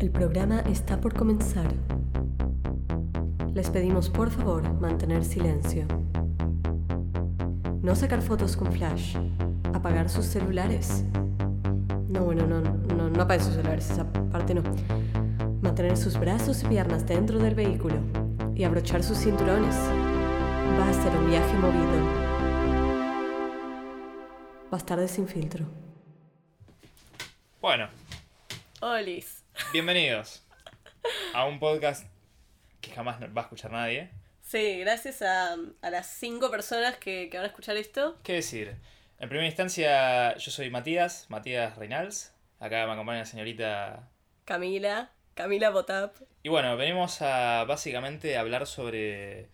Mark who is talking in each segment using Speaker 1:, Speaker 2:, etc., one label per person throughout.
Speaker 1: El programa está por comenzar. Les pedimos por favor mantener silencio. No sacar fotos con flash. Apagar sus celulares. No, bueno, no, no, no apagar sus celulares, esa parte no. Mantener sus brazos y piernas dentro del vehículo y abrochar sus cinturones. Va a ser un viaje movido. Bastardes sin filtro.
Speaker 2: Bueno,
Speaker 3: Olis.
Speaker 2: bienvenidos a un podcast que jamás va a escuchar nadie.
Speaker 3: Sí, gracias a, a las cinco personas que, que van a escuchar esto.
Speaker 2: ¿Qué decir? En primera instancia, yo soy Matías, Matías Reinals. Acá me acompaña la señorita.
Speaker 3: Camila, Camila Botap.
Speaker 2: Y bueno, venimos a básicamente hablar sobre.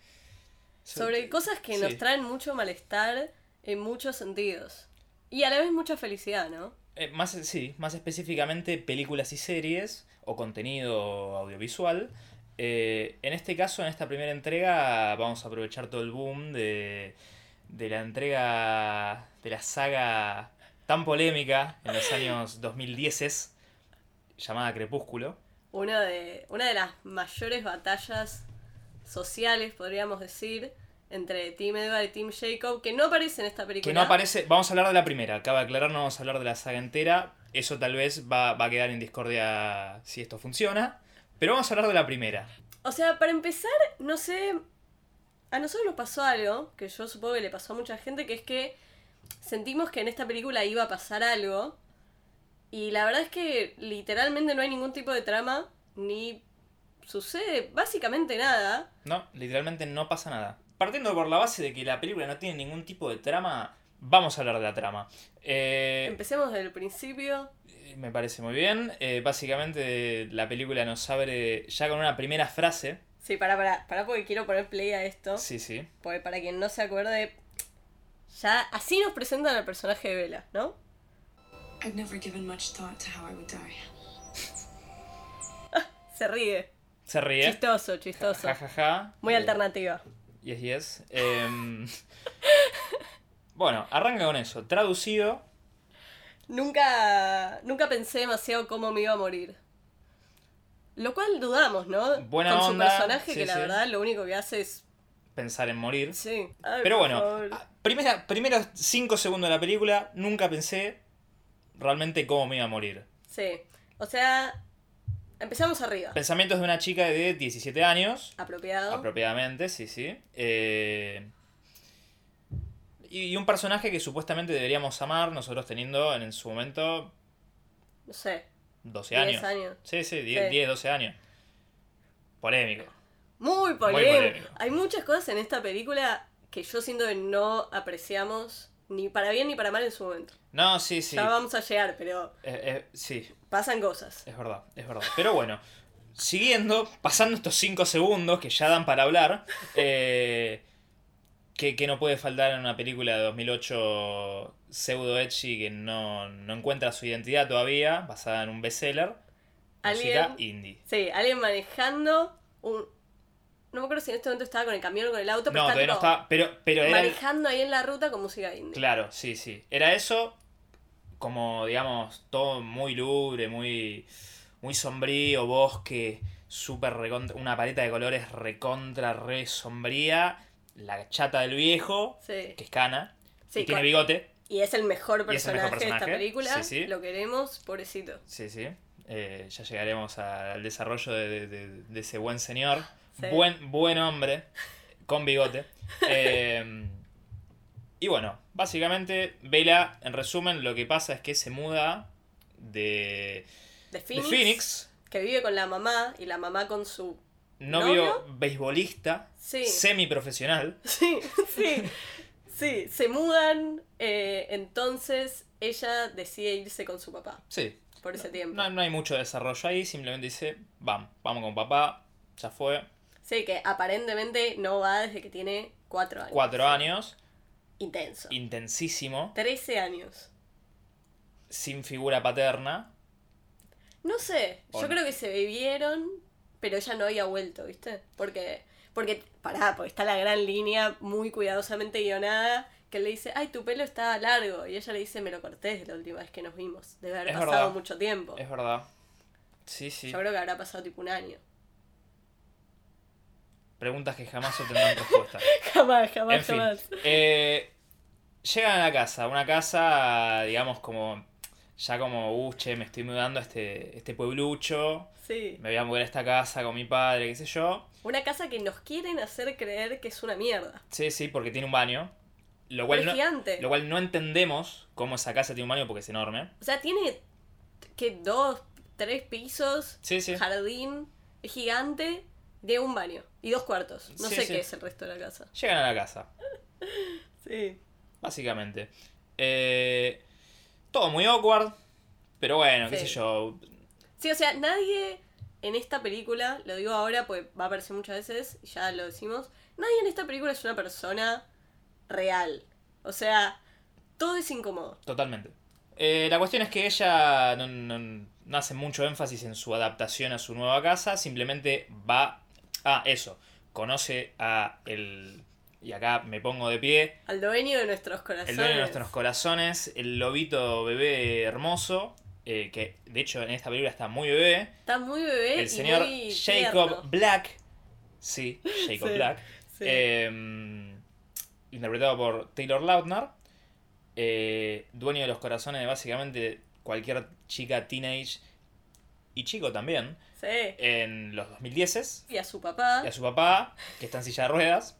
Speaker 3: Sobre cosas que nos
Speaker 2: sí.
Speaker 3: traen mucho malestar en muchos sentidos. Y a la vez mucha felicidad, ¿no?
Speaker 2: Eh, más, sí, más específicamente películas y series o contenido audiovisual. Eh, en este caso, en esta primera entrega, vamos a aprovechar todo el boom de, de la entrega de la saga tan polémica en los años 2010 llamada Crepúsculo.
Speaker 3: Una de, una de las mayores batallas sociales, podríamos decir, entre Team Edward y Team Jacob, que no aparece en esta película.
Speaker 2: Que no aparece, vamos a hablar de la primera, acaba de aclarar, no vamos a hablar de la saga entera, eso tal vez va, va a quedar en discordia si esto funciona, pero vamos a hablar de la primera.
Speaker 3: O sea, para empezar, no sé. A nosotros nos pasó algo, que yo supongo que le pasó a mucha gente, que es que sentimos que en esta película iba a pasar algo. Y la verdad es que literalmente no hay ningún tipo de trama, ni sucede básicamente nada.
Speaker 2: No, literalmente no pasa nada. Partiendo por la base de que la película no tiene ningún tipo de trama, vamos a hablar de la trama. Eh,
Speaker 3: Empecemos desde el principio.
Speaker 2: me parece muy bien. Eh, básicamente la película nos abre ya con una primera frase.
Speaker 3: Sí, para, para, para, porque quiero poner play a esto.
Speaker 2: Sí, sí.
Speaker 3: Porque para quien no se acuerde, ya así nos presentan al personaje de Vela, ¿no?
Speaker 4: I've never given much thought to how I would die.
Speaker 3: Se ríe.
Speaker 2: Se ríe.
Speaker 3: Chistoso, chistoso.
Speaker 2: Ja, ja, ja.
Speaker 3: Muy
Speaker 2: Eh,
Speaker 3: alternativa.
Speaker 2: Yes, yes. Em, bueno, arranca con eso. Traducido.
Speaker 3: Nunca, nunca pensé demasiado cómo me iba a morir. Lo cual dudamos, ¿no?
Speaker 2: Buena
Speaker 3: Con
Speaker 2: onda,
Speaker 3: su personaje
Speaker 2: sí,
Speaker 3: que la
Speaker 2: sí.
Speaker 3: verdad lo único que hace es...
Speaker 2: Pensar en morir.
Speaker 3: Sí. Ay,
Speaker 2: Pero
Speaker 3: por
Speaker 2: bueno, ah.
Speaker 3: favor.
Speaker 2: a- primera, primeros 5 segundos de la película, nunca pensé realmente cómo me iba a morir.
Speaker 3: Sí. O sea, empezamos arriba.
Speaker 2: Pensamientos de una chica de 17 años.
Speaker 3: Apropiado.
Speaker 2: Apropiadamente, sí, sí. Eh, y, y un personaje que supuestamente deberíamos amar, nosotros teniendo en, en su momento
Speaker 3: no sé.
Speaker 2: 12
Speaker 3: 10
Speaker 2: años.
Speaker 3: años.
Speaker 2: Sí, sí, 10,
Speaker 3: Sí.
Speaker 2: 10, 12 años. Polémico.
Speaker 3: Muy polémico.
Speaker 2: polémico.
Speaker 3: Hay muchas cosas en esta película que yo siento que no apreciamos ni para bien ni para mal en su momento.
Speaker 2: No, sí, sí.
Speaker 3: Ya vamos a llegar, pero
Speaker 2: Eh, eh, sí,
Speaker 3: pasan cosas.
Speaker 2: es verdad, es verdad. Pero bueno, siguiendo, pasando estos 5 segundos que ya dan para hablar, eh, que, que no puede faltar en una película de 2008 pseudo edgy que no, no encuentra su identidad todavía, basada en un bestseller, música
Speaker 3: Alguien-
Speaker 2: indie.
Speaker 3: Sí, alguien manejando un... No me acuerdo si en este momento estaba con el camión o con el auto,
Speaker 2: No,
Speaker 3: pero está
Speaker 2: todavía no
Speaker 3: tipo-
Speaker 2: está, pero, pero era... el-
Speaker 3: manejando ahí en la ruta con música indie.
Speaker 2: Claro, sí, sí. Era eso, como digamos, todo muy lubre, muy, muy sombrío, bosque, súper recontra, una paleta de colores recontra, re sombría, la chata del viejo,
Speaker 3: Sí.
Speaker 2: que es cana,
Speaker 3: Sí,
Speaker 2: y tiene
Speaker 3: con-
Speaker 2: bigote.
Speaker 3: Y es el mejor
Speaker 2: Y es el mejor
Speaker 3: personaje, de esta
Speaker 2: personaje, sí,
Speaker 3: película.
Speaker 2: sí.
Speaker 3: Lo queremos, pobrecito.
Speaker 2: Sí, sí. Eh, ya llegaremos a- al desarrollo de, de- de- de ese buen señor.
Speaker 3: Sí.
Speaker 2: Buen, buen hombre, con bigote. Eh, y bueno, básicamente, Vela, en resumen, lo que pasa es que se muda de,
Speaker 3: De
Speaker 2: de
Speaker 3: Phoenix,
Speaker 2: Phoenix,
Speaker 3: Que vive con la mamá y la mamá con su.
Speaker 2: novio beisbolista,
Speaker 3: Sí.
Speaker 2: semiprofesional.
Speaker 3: Sí, sí. Sí, se mudan. eh, entonces ella decide irse con su papá
Speaker 2: Sí.
Speaker 3: por ese tiempo.
Speaker 2: No, no hay mucho desarrollo ahí, simplemente dice, vamos, vamos con papá, ya fue,
Speaker 3: Sí, que aparentemente no va desde que tiene cuatro años.
Speaker 2: cuatro años,
Speaker 3: Intenso.
Speaker 2: intensísimo,
Speaker 3: 13 años.
Speaker 2: sin figura paterna.
Speaker 3: No sé,
Speaker 2: ¿O
Speaker 3: yo
Speaker 2: no?
Speaker 3: creo que se vivieron, pero ella no había vuelto, ¿viste? Porque, porque, pará, porque está la gran línea muy cuidadosamente guionada, que le dice, ay, tu pelo está largo, y ella le dice, me lo corté desde la última vez que nos vimos, debe haber
Speaker 2: Es
Speaker 3: pasado
Speaker 2: verdad.
Speaker 3: mucho tiempo.
Speaker 2: Es verdad. Sí, sí.
Speaker 3: Yo creo que habrá pasado tipo un año.
Speaker 2: Preguntas que jamás obtendrán respuesta.
Speaker 3: Jamás, jamás,
Speaker 2: En fin,
Speaker 3: jamás.
Speaker 2: eh, llegan a la casa, una casa, digamos, como. Ya como, uh, che, me estoy mudando a este, este pueblucho,
Speaker 3: Sí.
Speaker 2: me voy a mudar a esta casa con mi padre, qué sé yo.
Speaker 3: Una casa que nos quieren hacer creer que es una mierda.
Speaker 2: Sí, sí, porque tiene un baño. Lo
Speaker 3: Pero
Speaker 2: cual,
Speaker 3: es
Speaker 2: no,
Speaker 3: gigante.
Speaker 2: lo cual no entendemos cómo esa casa tiene un baño porque es enorme.
Speaker 3: O sea, tiene que dos, tres pisos,
Speaker 2: Sí, sí.
Speaker 3: jardín, es gigante, de un baño y dos cuartos. No
Speaker 2: Sí,
Speaker 3: sé
Speaker 2: sí.
Speaker 3: qué es el resto de la casa.
Speaker 2: Llegan a la casa.
Speaker 3: Sí.
Speaker 2: Básicamente. Eh, todo muy awkward. Pero bueno, qué
Speaker 3: Sí.
Speaker 2: sé yo.
Speaker 3: Sí, o sea, nadie en esta película, lo digo ahora porque va a aparecer muchas veces, y ya lo decimos, nadie en esta película es una persona real. O sea, todo es incómodo.
Speaker 2: Totalmente. Eh, la cuestión es que ella no, no- no hace mucho énfasis en su adaptación a su nueva casa. Simplemente va. Ah, eso. Conoce a el. Y acá me pongo de pie.
Speaker 3: Al dueño de nuestros corazones.
Speaker 2: El dueño de nuestros corazones. El lobito bebé hermoso. eh, que de hecho en esta película está muy bebé.
Speaker 3: Está muy bebé. y
Speaker 2: el señor
Speaker 3: muy
Speaker 2: Jacob
Speaker 3: tierno.
Speaker 2: Black. Sí, Jacob
Speaker 3: Sí,
Speaker 2: Black.
Speaker 3: sí.
Speaker 2: eh, interpretado por Taylor Lautner. eh, dueño de los corazones de básicamente cualquier chica teenage y chico también.
Speaker 3: Sí.
Speaker 2: En los 2010s.
Speaker 3: Y a su papá.
Speaker 2: Y a su papá, que está en silla de ruedas.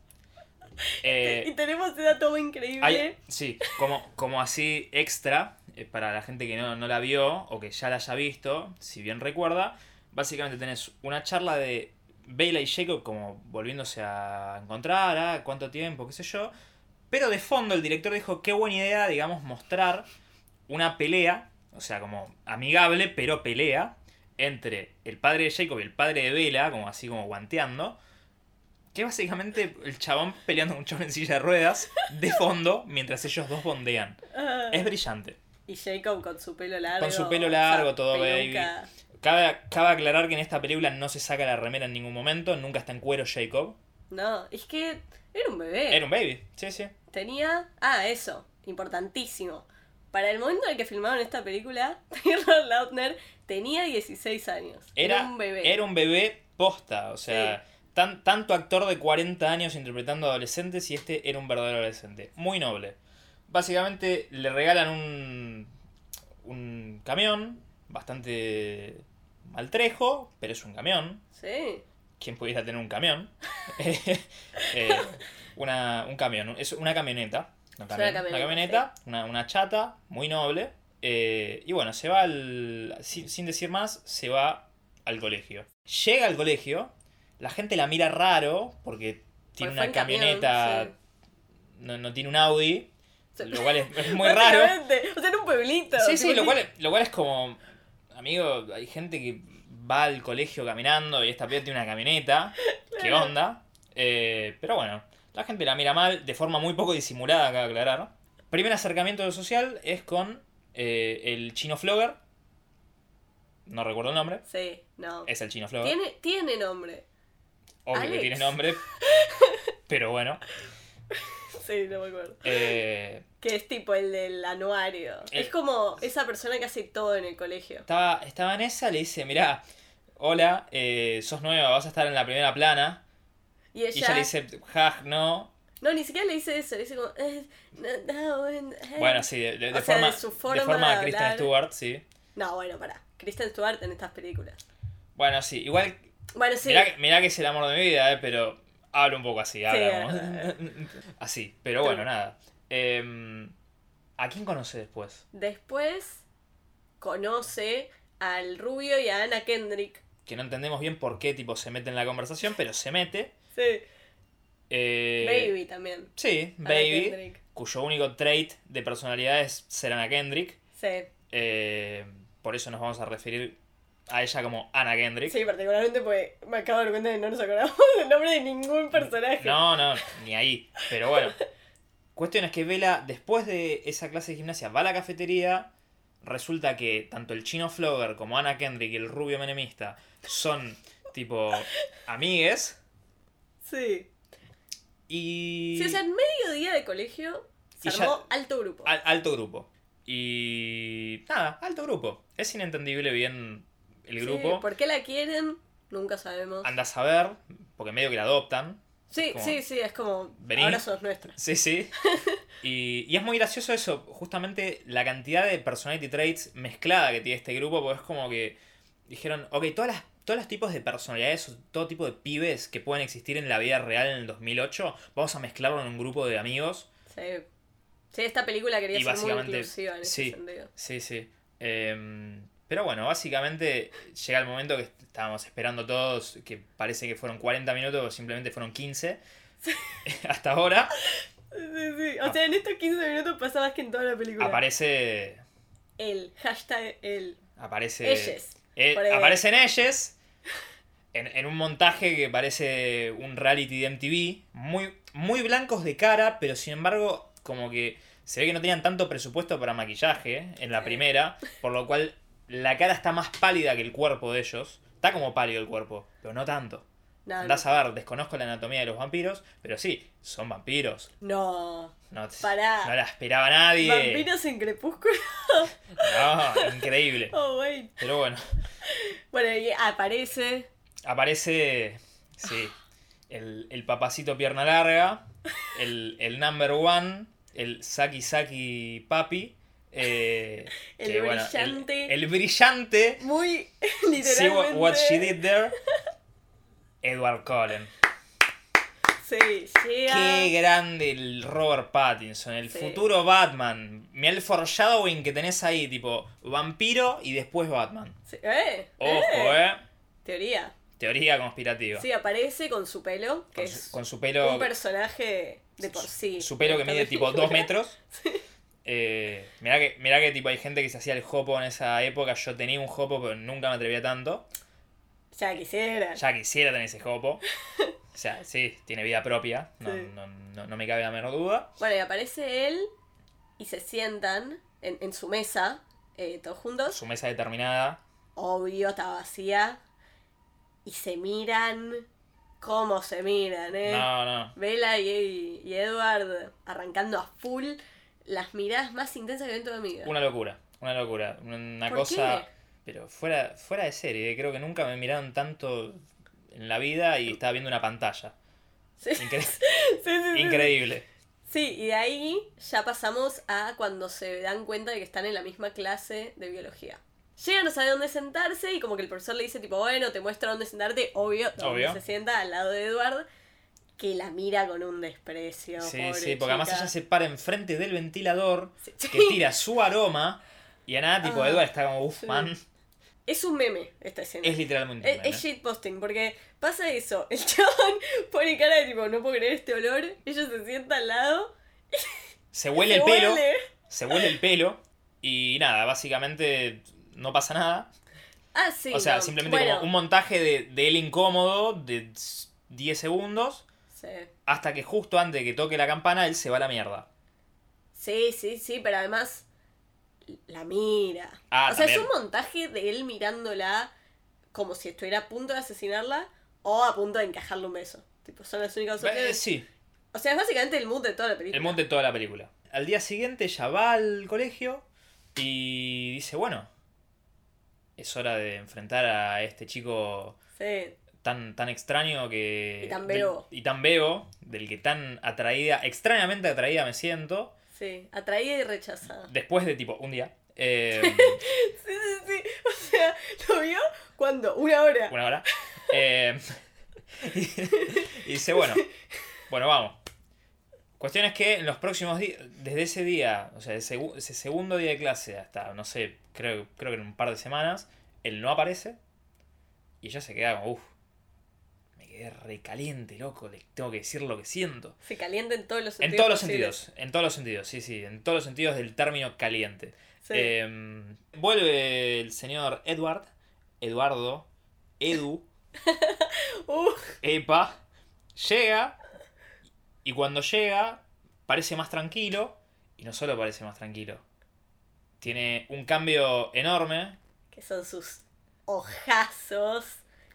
Speaker 2: Eh,
Speaker 3: Y tenemos ese dato increíble.
Speaker 2: hay- sí, como, como así extra, eh, para la gente que no, no la vio o que ya la haya visto, si bien recuerda, básicamente tenés una charla de Bella y Jacob como volviéndose a encontrar, ah, cuánto tiempo, qué sé yo. Pero de fondo el director dijo, qué buena idea, digamos, mostrar una pelea, o sea, como amigable, pero pelea, entre el padre de Jacob y el padre de Bella, como así como guanteando. Que básicamente el chabón peleando con un chabón en silla de ruedas de fondo mientras ellos dos bondean.
Speaker 3: Ah.
Speaker 2: Es brillante.
Speaker 3: Y Jacob con su pelo largo.
Speaker 2: Con su pelo largo, todo
Speaker 3: peluca.
Speaker 2: Cabe, cabe aclarar que en esta película no se saca la remera en ningún momento, nunca está en cuero Jacob.
Speaker 3: No, es que era un bebé.
Speaker 2: Era un baby, sí, sí.
Speaker 3: Tenía. Ah, eso. Importantísimo. Para el momento en el que filmaron esta película, Taylor Lautner tenía 16 años.
Speaker 2: Era,
Speaker 3: un bebé.
Speaker 2: Era un bebé posta, o sea, tan, tanto actor de 40 años interpretando adolescentes y este era un verdadero adolescente. Muy noble. Básicamente le regalan un, un camión, bastante maltrejo, pero es un camión.
Speaker 3: Sí.
Speaker 2: ¿Quién pudiera tener un camión? Eh, eh, una, un camión, es una camioneta. no
Speaker 3: Es una
Speaker 2: camión,
Speaker 3: camioneta,
Speaker 2: una camioneta, una, una chata, muy noble. eh, y bueno, se va al. Sin, sin decir más, se va al colegio. Llega al colegio, la gente la mira raro porque tiene
Speaker 3: Porque fue
Speaker 2: una
Speaker 3: en camión,
Speaker 2: camioneta.
Speaker 3: sí.
Speaker 2: no, no tiene un Audi,
Speaker 3: Sí.
Speaker 2: lo cual es, es muy raro.
Speaker 3: Básicamente, O sea, era un pueblito.
Speaker 2: Sí, sí,
Speaker 3: Tipo,
Speaker 2: lo cual, es- lo cual es como. Amigo, hay gente que va al colegio caminando y esta piba tiene una camioneta. ¿Qué onda? Eh, pero bueno, la gente la mira mal de forma muy poco disimulada, acá aclarar. Primer acercamiento social es con eh, el chino flogger. No recuerdo el nombre.
Speaker 3: Sí, no.
Speaker 2: Es el chino flogger.
Speaker 3: Tiene, tiene nombre.
Speaker 2: Obvio que
Speaker 3: Alex.
Speaker 2: tiene nombre. Pero bueno.
Speaker 3: Sí, no me acuerdo.
Speaker 2: Eh,
Speaker 3: Que es tipo el del anuario.
Speaker 2: Eh.
Speaker 3: Es como esa persona que hace todo en el colegio.
Speaker 2: Estaba, estaba en esa, le dice, mirá, hola, eh, sos nueva, vas a estar en la primera plana.
Speaker 3: Y ella,
Speaker 2: Y ella le dice, ja, no.
Speaker 3: No, ni siquiera le dice eso. Le dice como. eh, no, no, eh, eh.
Speaker 2: Bueno, sí, de, de-
Speaker 3: O
Speaker 2: de
Speaker 3: sea,
Speaker 2: forma,
Speaker 3: de su
Speaker 2: de
Speaker 3: forma
Speaker 2: forma
Speaker 3: de
Speaker 2: Kristen
Speaker 3: hablar.
Speaker 2: Stewart, sí.
Speaker 3: No, bueno, pará. Kristen Stewart en estas películas.
Speaker 2: Bueno, sí, igual,
Speaker 3: Bueno, sí.
Speaker 2: mirá, que- mirá que es el amor de mi vida, eh, pero habla un poco así, habla como-
Speaker 3: verdad.
Speaker 2: así, pero bueno, nada. Em, ¿A quién conoce después?
Speaker 3: Después conoce al rubio y a Anna Kendrick.
Speaker 2: Que no entendemos bien por qué, tipo, se mete en la conversación, pero se mete.
Speaker 3: Sí.
Speaker 2: Eh,
Speaker 3: Baby también.
Speaker 2: Sí,
Speaker 3: Anna
Speaker 2: Baby,
Speaker 3: Kendrick.
Speaker 2: cuyo único trait de personalidad es ser Anna Kendrick.
Speaker 3: Sí.
Speaker 2: Eh, por eso nos vamos a referir a ella como Anna Kendrick.
Speaker 3: Sí, particularmente porque me acabo de dar cuenta de que no nos acordamos del nombre de ningún personaje.
Speaker 2: No, no, ni ahí. Pero bueno. Cuestión es que Vela, después de esa clase de gimnasia, va a la cafetería. Resulta que tanto el chino Flogger como Anna Kendrick y el rubio menemista son tipo amigues.
Speaker 3: Sí.
Speaker 2: Y.
Speaker 3: Sí, o sea, en medio día de colegio se
Speaker 2: Y ya-
Speaker 3: armó alto grupo.
Speaker 2: Al- alto grupo. Y. Nada, alto grupo. Es inentendible bien el
Speaker 3: Sí,
Speaker 2: grupo.
Speaker 3: ¿Por qué la quieren? Nunca sabemos.
Speaker 2: Anda a saber, porque medio que la adoptan.
Speaker 3: Sí,
Speaker 2: como-
Speaker 3: sí, sí, es como.
Speaker 2: Vení.
Speaker 3: Ahora sos nuestra.
Speaker 2: Sí, sí. Y, y es muy gracioso eso, justamente la cantidad de personality traits mezclada que tiene este grupo, porque es como que dijeron, ok, todas las, todos los tipos de personalidades, o todo tipo de pibes que pueden existir en la vida real en el 2008, vamos a mezclarlo en un grupo de amigos.
Speaker 3: Sí. Sí, esta película quería
Speaker 2: Y
Speaker 3: ser muy
Speaker 2: básicamente-
Speaker 3: inclusiva en
Speaker 2: sí.
Speaker 3: ese sentido.
Speaker 2: Sí, sí. Em, pero bueno, básicamente llega el momento que estábamos esperando todos, que parece que fueron 40 minutos, pero simplemente fueron 15 hasta ahora.
Speaker 3: Sí, sí. O sea, en estos 15 minutos pasa más que en toda la película.
Speaker 2: Ah. Aparece
Speaker 3: El, hashtag el.
Speaker 2: Aparece.
Speaker 3: Ellas,
Speaker 2: Eh,
Speaker 3: por ahí.
Speaker 2: aparecen ellas. En, en un montaje que parece un reality de MTV. Muy, muy blancos de cara, pero sin embargo, como que se ve que no tenían tanto presupuesto para maquillaje eh, en la
Speaker 3: Sí.
Speaker 2: primera. Por lo cual, la cara está más pálida que el cuerpo de ellos. Está como pálido el cuerpo, pero no tanto.
Speaker 3: Ah, No,
Speaker 2: Andás a ver, desconozco la anatomía de los vampiros, pero sí, son vampiros.
Speaker 3: no.
Speaker 2: No,
Speaker 3: Pará.
Speaker 2: no la esperaba nadie.
Speaker 3: Vampiros en crepúsculo.
Speaker 2: No, increíble.
Speaker 3: Oh, wait.
Speaker 2: Pero bueno.
Speaker 3: Bueno, y aparece.
Speaker 2: Aparece, sí, el, el papacito pierna larga, el, el number one, el Saki Saki Papi. eh,
Speaker 3: El
Speaker 2: bueno, el-
Speaker 3: brillante.
Speaker 2: el, brillante.
Speaker 3: Muy
Speaker 2: See
Speaker 3: literalmente.
Speaker 2: what, what she did there. Edward Cullen.
Speaker 3: Sí, llega.
Speaker 2: Qué grande el Robert Pattinson, el
Speaker 3: Sí.
Speaker 2: futuro Batman. Mirá el foreshadowing que tenés ahí, tipo vampiro y después Batman.
Speaker 3: Sí, ¿Eh?
Speaker 2: Ojo,
Speaker 3: eh.
Speaker 2: eh.
Speaker 3: Teoría.
Speaker 2: Teoría conspirativa.
Speaker 3: Sí, aparece con su pelo, que
Speaker 2: con,
Speaker 3: es
Speaker 2: su, con su pelo.
Speaker 3: un personaje de por sí.
Speaker 2: Su pelo que mide tipo 2 metros. Eh, mirá, que, mirá que tipo hay gente que se hacía el hopo en esa época. Yo tenía un hopo, pero nunca me atrevía tanto.
Speaker 3: Ya quisiera.
Speaker 2: Ya quisiera tener ese hopo. O sea, sí, tiene vida propia. No,
Speaker 3: Sí.
Speaker 2: no, no, no me cabe la menor duda.
Speaker 3: Bueno, y aparece él y se sientan en, en su mesa, eh, todos juntos.
Speaker 2: Su mesa determinada.
Speaker 3: Obvio, está vacía. Y se miran. ¿Cómo se miran, eh?
Speaker 2: No, no.
Speaker 3: Vela y, y Edward arrancando a full las miradas más intensas que ven toda mi vida.
Speaker 2: Una locura. Una locura. Una
Speaker 3: ¿Por
Speaker 2: cosa.
Speaker 3: qué?
Speaker 2: Pero fuera, fuera de serie. eh. Creo que nunca me miraron tanto en la vida y estaba viendo una pantalla.
Speaker 3: Sí.
Speaker 2: Incre-
Speaker 3: Sí, sí, sí, sí.
Speaker 2: Increíble.
Speaker 3: Sí, y de ahí ya pasamos a cuando se dan cuenta de que están en la misma clase de biología. Llegan, no saben dónde sentarse y como que el profesor le dice tipo, bueno, te muestra dónde sentarte, obvio, donde
Speaker 2: Obvio.
Speaker 3: se sienta al lado de Edward, que la mira con un desprecio.
Speaker 2: Sí,
Speaker 3: pobre
Speaker 2: sí, porque además
Speaker 3: chica.
Speaker 2: ella se para enfrente del ventilador
Speaker 3: Sí.
Speaker 2: que tira su aroma y a nada tipo
Speaker 3: Ah,
Speaker 2: Edward está como, uff,
Speaker 3: sí. Eh,
Speaker 2: man,
Speaker 3: Es un meme esta escena.
Speaker 2: es literalmente
Speaker 3: Es,
Speaker 2: un
Speaker 3: es
Speaker 2: meme.
Speaker 3: shitposting, porque pasa eso. El chabón pone cara de tipo, no puedo creer este olor. Ella se sienta al lado.
Speaker 2: Se huele el
Speaker 3: se
Speaker 2: pelo,
Speaker 3: huele.
Speaker 2: se huele el pelo y nada, básicamente no pasa nada.
Speaker 3: Ah, sí.
Speaker 2: o sea,
Speaker 3: no.
Speaker 2: simplemente
Speaker 3: Bueno,
Speaker 2: como un montaje de, de él incómodo de 10 segundos
Speaker 3: sí.
Speaker 2: hasta que justo antes de que toque la campana él se va a la mierda.
Speaker 3: sí, sí, sí, pero además la mira.
Speaker 2: Ah,
Speaker 3: o sea, es
Speaker 2: también.
Speaker 3: un montaje de él mirándola como si estuviera a punto de asesinarla o a punto de encajarle un beso. Tipo, son las únicas
Speaker 2: Eh,
Speaker 3: opciones.
Speaker 2: sí,
Speaker 3: O sea, es básicamente el mood de toda la película.
Speaker 2: el monte de toda la película. Al día siguiente ella va al colegio y dice, bueno, es hora de enfrentar a este chico
Speaker 3: Sí.
Speaker 2: tan, tan extraño que...
Speaker 3: Y tan bebo.
Speaker 2: del- y tan bebo, del que tan atraída, extrañamente atraída me siento,
Speaker 3: Sí, atraída y rechazada.
Speaker 2: después de tipo un día. eh,
Speaker 3: Sí, sí, sí. O sea, ¿lo vio? ¿Cuándo? Una hora.
Speaker 2: una hora. eh, y dice, bueno, bueno, vamos. Cuestión es que en los próximos días, desde ese día, o sea, el segu- ese segundo día de clase hasta, no sé, creo, creo que en un par de semanas, él no aparece y ella se queda como, uff, me quedé recaliente, loco, le tengo que decir lo que siento.
Speaker 3: Se calienta en todos los sentidos.
Speaker 2: En todos los
Speaker 3: posibles.
Speaker 2: sentidos, en todos los sentidos, sí, sí, en todos los sentidos del término caliente.
Speaker 3: Sí.
Speaker 2: Eh, vuelve el señor Edward, Eduardo, Edu,
Speaker 3: Uh,
Speaker 2: Epa, llega y cuando llega parece más tranquilo y no solo parece más tranquilo, tiene un cambio enorme.
Speaker 3: que son sus ojazos,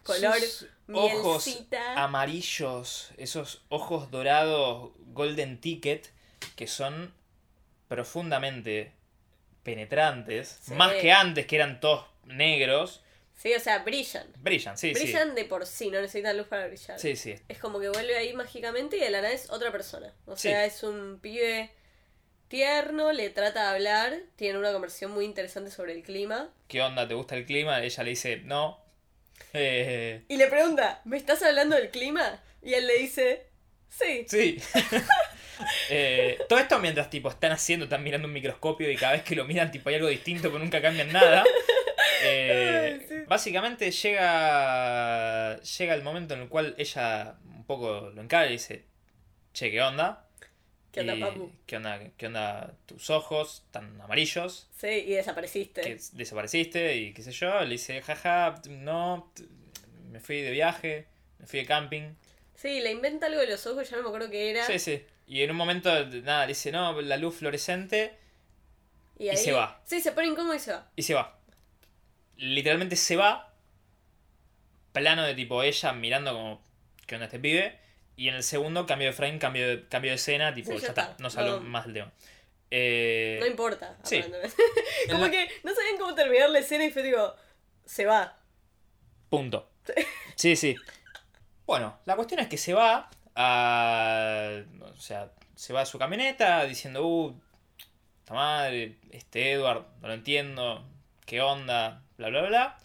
Speaker 3: color
Speaker 2: Sus ojos
Speaker 3: mielcita.
Speaker 2: amarillos, esos ojos dorados, golden ticket, que son profundamente penetrantes,
Speaker 3: Sí.
Speaker 2: más que antes que eran todos negros,
Speaker 3: Sí, o sea, brillan.
Speaker 2: Brillan, sí,
Speaker 3: brillan de por sí, no necesitan luz para brillar.
Speaker 2: sí. Sí, sí.
Speaker 3: Es como que vuelve ahí mágicamente y de la nada es otra persona. O
Speaker 2: Sí.
Speaker 3: sea, es un pibe tierno, le trata de hablar, tiene una conversación muy interesante sobre el clima.
Speaker 2: ¿Qué onda? ¿Te gusta el clima? Ella le dice, no. Eh,
Speaker 3: Y le pregunta, ¿me estás hablando del clima? Y él le dice, sí.
Speaker 2: sí. Eh, todo esto mientras tipo están haciendo, están mirando un microscopio y cada vez que lo miran tipo hay algo distinto, pero nunca cambian nada. Eh, Básicamente llega, llega el momento en el cual ella un poco lo encara y dice, che, ¿qué onda?
Speaker 3: ¿Qué onda,
Speaker 2: Y,
Speaker 3: papu?
Speaker 2: ¿Qué onda, qué onda tus ojos tan amarillos?
Speaker 3: Sí, y desapareciste.
Speaker 2: que desapareciste y qué sé yo, le dice, jaja, no, t- me fui de viaje, me fui de camping.
Speaker 3: Sí, le inventa algo de los ojos, ya no me acuerdo qué era.
Speaker 2: Sí, sí. Y en un momento, nada, le dice, no, la luz fluorescente
Speaker 3: Y, ahí,
Speaker 2: se va.
Speaker 3: Sí, se pone incómodo y se va.
Speaker 2: y se va. Literalmente se va, plano de tipo ella mirando como, ¿qué onda este pibe? Y en el segundo, cambio de frame, cambio de, cambio de escena, tipo,
Speaker 3: Sí,
Speaker 2: ya, está, no se habló
Speaker 3: no.
Speaker 2: más del tema. Eh,
Speaker 3: No importa.
Speaker 2: sí.
Speaker 3: aparentemente.
Speaker 2: en
Speaker 3: como
Speaker 2: la-
Speaker 3: que no sabían cómo terminar la escena y fue digo, se va.
Speaker 2: Punto. Sí, sí. Bueno, la cuestión es que se va a. O sea, se va a su camioneta diciendo, uh, esta madre, este Edward, no lo entiendo, qué onda, bla, bla, bla.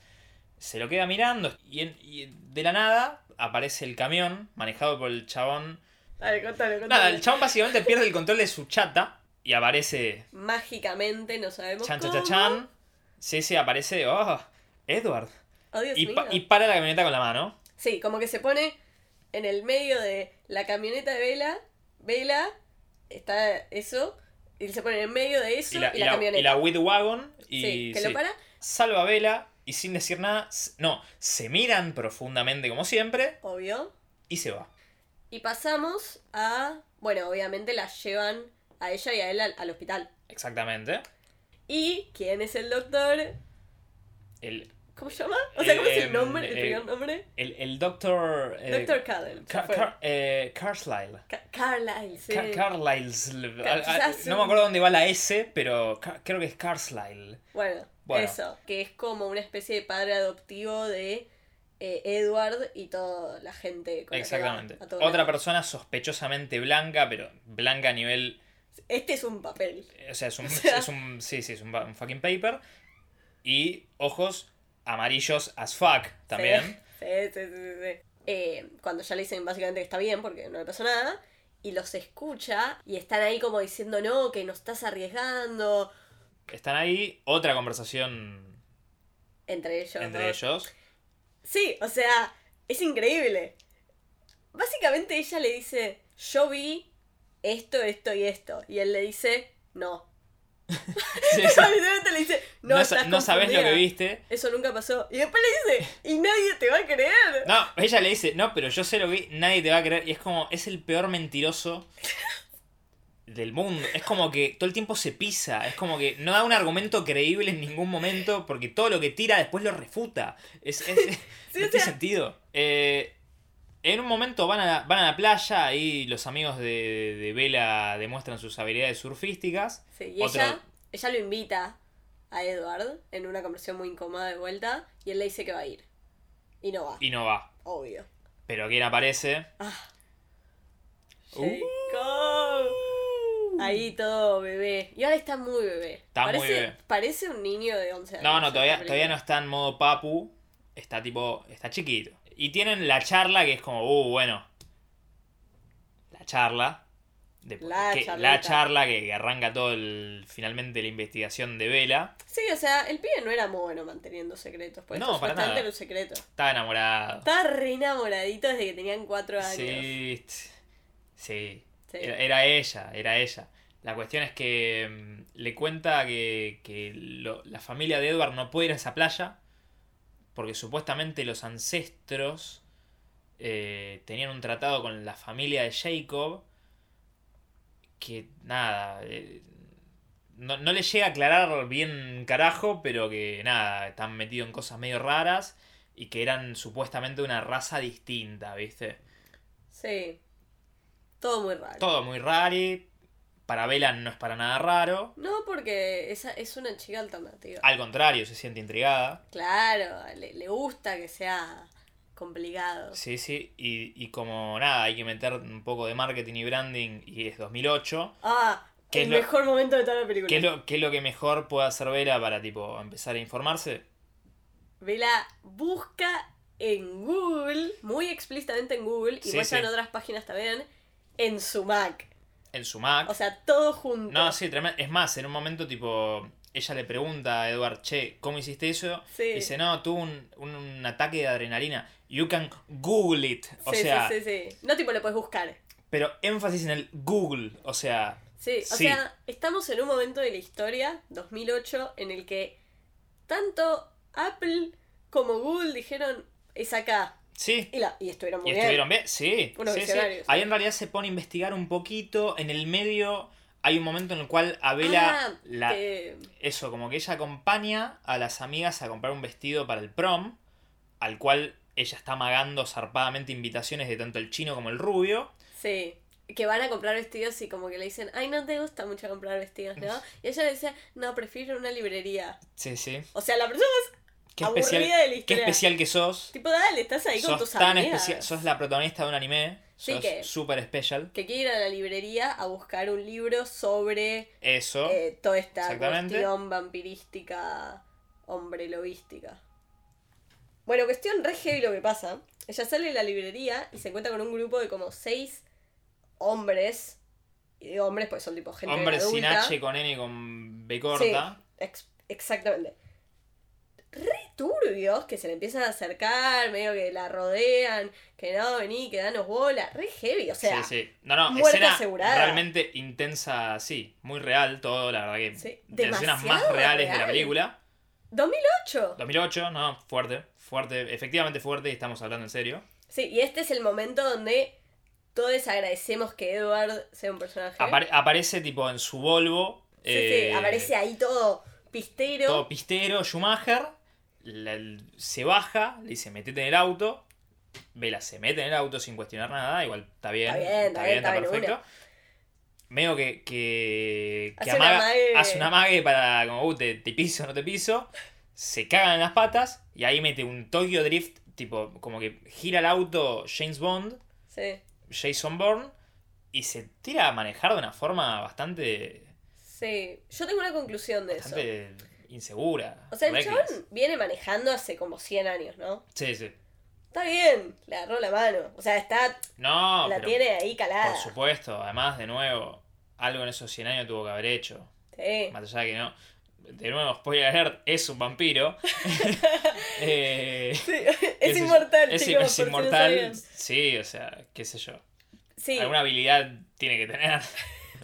Speaker 2: Se lo queda mirando y, en- y de la nada aparece el camión manejado por el chabón.
Speaker 3: Dale, contalo, contalo.
Speaker 2: Nada, el chabón básicamente pierde el control de su chata y aparece
Speaker 3: Mágicamente, no sabemos
Speaker 2: Chan Chan
Speaker 3: cómo.
Speaker 2: Chan Chan. Sí, sí, aparece, oh, Edward.
Speaker 3: Oh, Dios
Speaker 2: Y, pa-
Speaker 3: mío.
Speaker 2: y para la camioneta con la mano.
Speaker 3: Sí, como que se pone en el medio de la camioneta de Vela. Vela, está eso. Y se pone en el medio de eso
Speaker 2: y
Speaker 3: y
Speaker 2: la,
Speaker 3: la,
Speaker 2: y la,
Speaker 3: camioneta.
Speaker 2: y la Weed Wagon y
Speaker 3: sí, que
Speaker 2: sí.
Speaker 3: lo para.
Speaker 2: salva a Vela y sin decir nada, s- no, se miran profundamente como siempre
Speaker 3: Obvio.
Speaker 2: y se va.
Speaker 3: Y pasamos a. Bueno, obviamente la llevan a ella y a él al, al hospital.
Speaker 2: Exactamente.
Speaker 3: ¿Y quién es el doctor?
Speaker 2: El,
Speaker 3: ¿Cómo se llama? O sea, ¿cómo es
Speaker 2: Em,
Speaker 3: el nombre? El
Speaker 2: eh,
Speaker 3: primer nombre.
Speaker 2: el, el doctor... eh,
Speaker 3: Doctor Cadell.
Speaker 2: Car- Car- eh, Carlisle.
Speaker 3: Ca- Carlyle, sí.
Speaker 2: Car- Carlisle.
Speaker 3: Car-
Speaker 2: Ah, ah,
Speaker 3: Sasu.
Speaker 2: no me acuerdo dónde va la S, pero Car- creo que es Carlisle.
Speaker 3: Bueno,
Speaker 2: Bueno.
Speaker 3: eso, que es como una especie de padre adoptivo de eh, Edward y toda la gente. con la que va
Speaker 2: Exactamente.
Speaker 3: a todo
Speaker 2: Otra
Speaker 3: lado.
Speaker 2: persona sospechosamente blanca, pero blanca a nivel
Speaker 3: Este es un papel.
Speaker 2: O sea, es un,
Speaker 3: O sea-
Speaker 2: es un- sí, sí, es un, ba- un fucking paper. Y ojos amarillos as fuck también.
Speaker 3: Sí, sí, sí, sí, sí. Eh, cuando ya le dicen básicamente que está bien porque no le pasó nada, y los escucha y están ahí como diciendo no, que nos estás arriesgando
Speaker 2: Están ahí, otra conversación
Speaker 3: entre ellos.
Speaker 2: entre
Speaker 3: ¿no?
Speaker 2: ellos.
Speaker 3: Sí, o sea, es increíble. Básicamente ella le dice, yo vi esto, esto y esto. Y él le dice, no.
Speaker 2: Sí, sí.
Speaker 3: Literalmente le dice, no,
Speaker 2: No, sa-
Speaker 3: estás
Speaker 2: no sabes lo que
Speaker 3: confundida.
Speaker 2: viste.
Speaker 3: Eso nunca pasó. Y después le dice, y nadie te va a creer.
Speaker 2: No, ella le dice, no, pero yo sé lo que vi, nadie te va a creer. Y es como, es el peor mentiroso del mundo. Es como que todo el tiempo se pisa. Es como que no da un argumento creíble en ningún momento porque todo lo que tira después lo refuta. Es, es-
Speaker 3: Sí,
Speaker 2: no tiene
Speaker 3: o sea-
Speaker 2: sentido. Eh, en un momento van a, la- van a la playa y los amigos de, de Vela demuestran sus habilidades surfísticas.
Speaker 3: Sí, y
Speaker 2: Otro-
Speaker 3: ella, ella lo invita a Edward en una conversación muy incómoda de vuelta. Y él le dice que va a ir. Y no va,
Speaker 2: Y no va.
Speaker 3: obvio.
Speaker 2: Pero ¿quién aparece?
Speaker 3: Ah.
Speaker 2: Uh.
Speaker 3: Jacob. Ahí todo bebé. Y ahora está muy bebé.
Speaker 2: Está muy
Speaker 3: parece,
Speaker 2: bebé.
Speaker 3: Parece un niño de 11 años.
Speaker 2: No, no,
Speaker 3: esta
Speaker 2: todavía,
Speaker 3: película.
Speaker 2: todavía no está en modo papu. Está tipo, está chiquito. Y tienen la charla que es como, uh, bueno. La charla. de-
Speaker 3: La
Speaker 2: que-
Speaker 3: charlita.
Speaker 2: charla que, que arranca todo el, finalmente la investigación de Vela.
Speaker 3: Sí, o sea, el pibe no era muy bueno manteniendo secretos. Pues
Speaker 2: No,
Speaker 3: esto
Speaker 2: para
Speaker 3: bastante
Speaker 2: nada.
Speaker 3: era un secreto.
Speaker 2: Estaba enamorado.
Speaker 3: Estaba re enamoradito desde que tenían 4 años.
Speaker 2: Sí, t- sí.
Speaker 3: Sí.
Speaker 2: Era, era ella, era ella. La cuestión es que mm, le cuenta que, que lo- la familia de Edward no puede ir a esa playa porque supuestamente los ancestros eh, tenían un tratado con la familia de Jacob que nada, eh, no, no le llega a aclarar bien un carajo, pero que nada, están metidos en cosas medio raras y que eran supuestamente una raza distinta, ¿viste?
Speaker 3: Sí. Todo muy raro.
Speaker 2: Todo muy rari. para Velan no es para nada raro.
Speaker 3: No, porque esa es una chica alternativa.
Speaker 2: Al contrario, se siente intrigada.
Speaker 3: Claro, le, le gusta que sea complicado.
Speaker 2: Sí, sí. Y, y como nada, hay que meter un poco de marketing y branding y es 2008.
Speaker 3: Ah,
Speaker 2: ¿Qué
Speaker 3: el
Speaker 2: es lo-
Speaker 3: mejor momento de toda la película.
Speaker 2: ¿Qué es lo, qué es lo que mejor puede hacer Vela para tipo empezar a informarse?
Speaker 3: Vela busca en Google, muy explícitamente en Google, y
Speaker 2: Sí,
Speaker 3: muestra
Speaker 2: sí.
Speaker 3: en otras páginas también, en su Mac.
Speaker 2: En su Mac.
Speaker 3: O sea, todo junto.
Speaker 2: No, sí, tremendo. Es más, en un momento, tipo, ella le pregunta a Edward, che, ¿cómo hiciste eso?
Speaker 3: Sí.
Speaker 2: Y dice, no, tuvo un, un- un ataque de adrenalina. You can Google it. O
Speaker 3: Sí, sí,
Speaker 2: sea,
Speaker 3: sí, sí. No tipo lo puedes buscar.
Speaker 2: pero énfasis en el Google. O sea,
Speaker 3: Sí, o
Speaker 2: Sí.
Speaker 3: sea, estamos en un momento de la historia, 2008, en el que tanto Apple como Google dijeron, es acá.
Speaker 2: sí.
Speaker 3: Y, la, y estuvieron muy
Speaker 2: Y
Speaker 3: bien.
Speaker 2: estuvieron bien, sí.
Speaker 3: Unos
Speaker 2: sí, sí.
Speaker 3: visionarios.
Speaker 2: Ahí en realidad se pone a investigar un poquito. En el medio hay un momento en el cual Abela,
Speaker 3: Ah,
Speaker 2: la,
Speaker 3: que-
Speaker 2: eso, como que ella acompaña a las amigas a comprar un vestido para el prom, al cual ella está amagando zarpadamente invitaciones de tanto el chino como el rubio.
Speaker 3: Sí. Que van a comprar vestidos y como que le dicen, ay, no te gusta mucho comprar vestidos, ¿no? Y ella le decía, no, prefiero una librería.
Speaker 2: Sí, sí.
Speaker 3: O sea, la persona es
Speaker 2: Qué
Speaker 3: aburrida
Speaker 2: especial,
Speaker 3: de la
Speaker 2: qué
Speaker 3: historia.
Speaker 2: especial que sos.
Speaker 3: Tipo, dale, estás ahí con
Speaker 2: Sos
Speaker 3: tus
Speaker 2: tan
Speaker 3: amigas.
Speaker 2: especial, sos la protagonista de un anime.
Speaker 3: Sí,
Speaker 2: Sos
Speaker 3: que-
Speaker 2: súper especial.
Speaker 3: Que quiere ir a la librería a buscar un libro sobre
Speaker 2: Eso.
Speaker 3: eh, toda esta
Speaker 2: Exactamente.
Speaker 3: cuestión vampirística, hombre lobística. Bueno, cuestión re heavy lo que pasa. Ella sale de la librería y se encuentra con un grupo de como seis hombres. Y de hombres, pues son tipo gente
Speaker 2: Hombre sin
Speaker 3: adulta.
Speaker 2: H, con N y con B corta.
Speaker 3: Sí, ex- exactamente. Re turbios que se le empiezan a acercar, medio que la rodean, que no, vení, que danos bola. Re heavy, o
Speaker 2: Sí,
Speaker 3: sea.
Speaker 2: sí. No, no,
Speaker 3: muerte
Speaker 2: escena
Speaker 3: asegurada.
Speaker 2: realmente intensa, sí. Muy real todo, la verdad que.
Speaker 3: Sí,
Speaker 2: de las escenas más
Speaker 3: demasiado
Speaker 2: reales de la
Speaker 3: real.
Speaker 2: película.
Speaker 3: 2008.
Speaker 2: 2008, no, fuerte, fuerte, efectivamente fuerte, y estamos hablando en serio.
Speaker 3: Sí, y este es el momento donde todos agradecemos que Edward sea un personaje.
Speaker 2: Apare- aparece tipo en su Volvo.
Speaker 3: sí,
Speaker 2: eh,
Speaker 3: sí, aparece ahí todo pistero.
Speaker 2: Todo pistero, Schumacher. la- el- se baja, le dice, metete en el auto. Vela se mete en el auto sin cuestionar nada, igual está bien.
Speaker 3: Está bien, está bien, está bien,
Speaker 2: perfecto. Medio que, que, que
Speaker 3: Hace un
Speaker 2: amaga-
Speaker 3: amague.
Speaker 2: hace un amague para como, "Uh, te, te piso, no te piso. Se cagan en las patas y ahí mete un Tokyo Drift, tipo, como que gira el auto James Bond,
Speaker 3: Sí,
Speaker 2: Jason Bourne, y se tira a manejar de una forma bastante,
Speaker 3: sí. Yo tengo una conclusión de eso.
Speaker 2: bastante insegura.
Speaker 3: O sea, el
Speaker 2: reckless.
Speaker 3: chabón viene manejando hace como 100 años, ¿no?
Speaker 2: Sí, sí.
Speaker 3: Está bien, le agarró la mano. O sea, está
Speaker 2: No,
Speaker 3: la
Speaker 2: pero
Speaker 3: tiene ahí calada.
Speaker 2: por supuesto. Además, de nuevo, algo en esos 100 años tuvo que haber hecho.
Speaker 3: Sí.
Speaker 2: Más allá de que no. De nuevo, spoiler alert, es un vampiro. Eh,
Speaker 3: Sí,
Speaker 2: qué
Speaker 3: es
Speaker 2: sé yo.
Speaker 3: inmortal,
Speaker 2: Es,
Speaker 3: chicos,
Speaker 2: es
Speaker 3: por si no
Speaker 2: inmortal.
Speaker 3: sabían.
Speaker 2: sí, o sea, qué sé yo.
Speaker 3: sí,
Speaker 2: Alguna habilidad tiene que tener.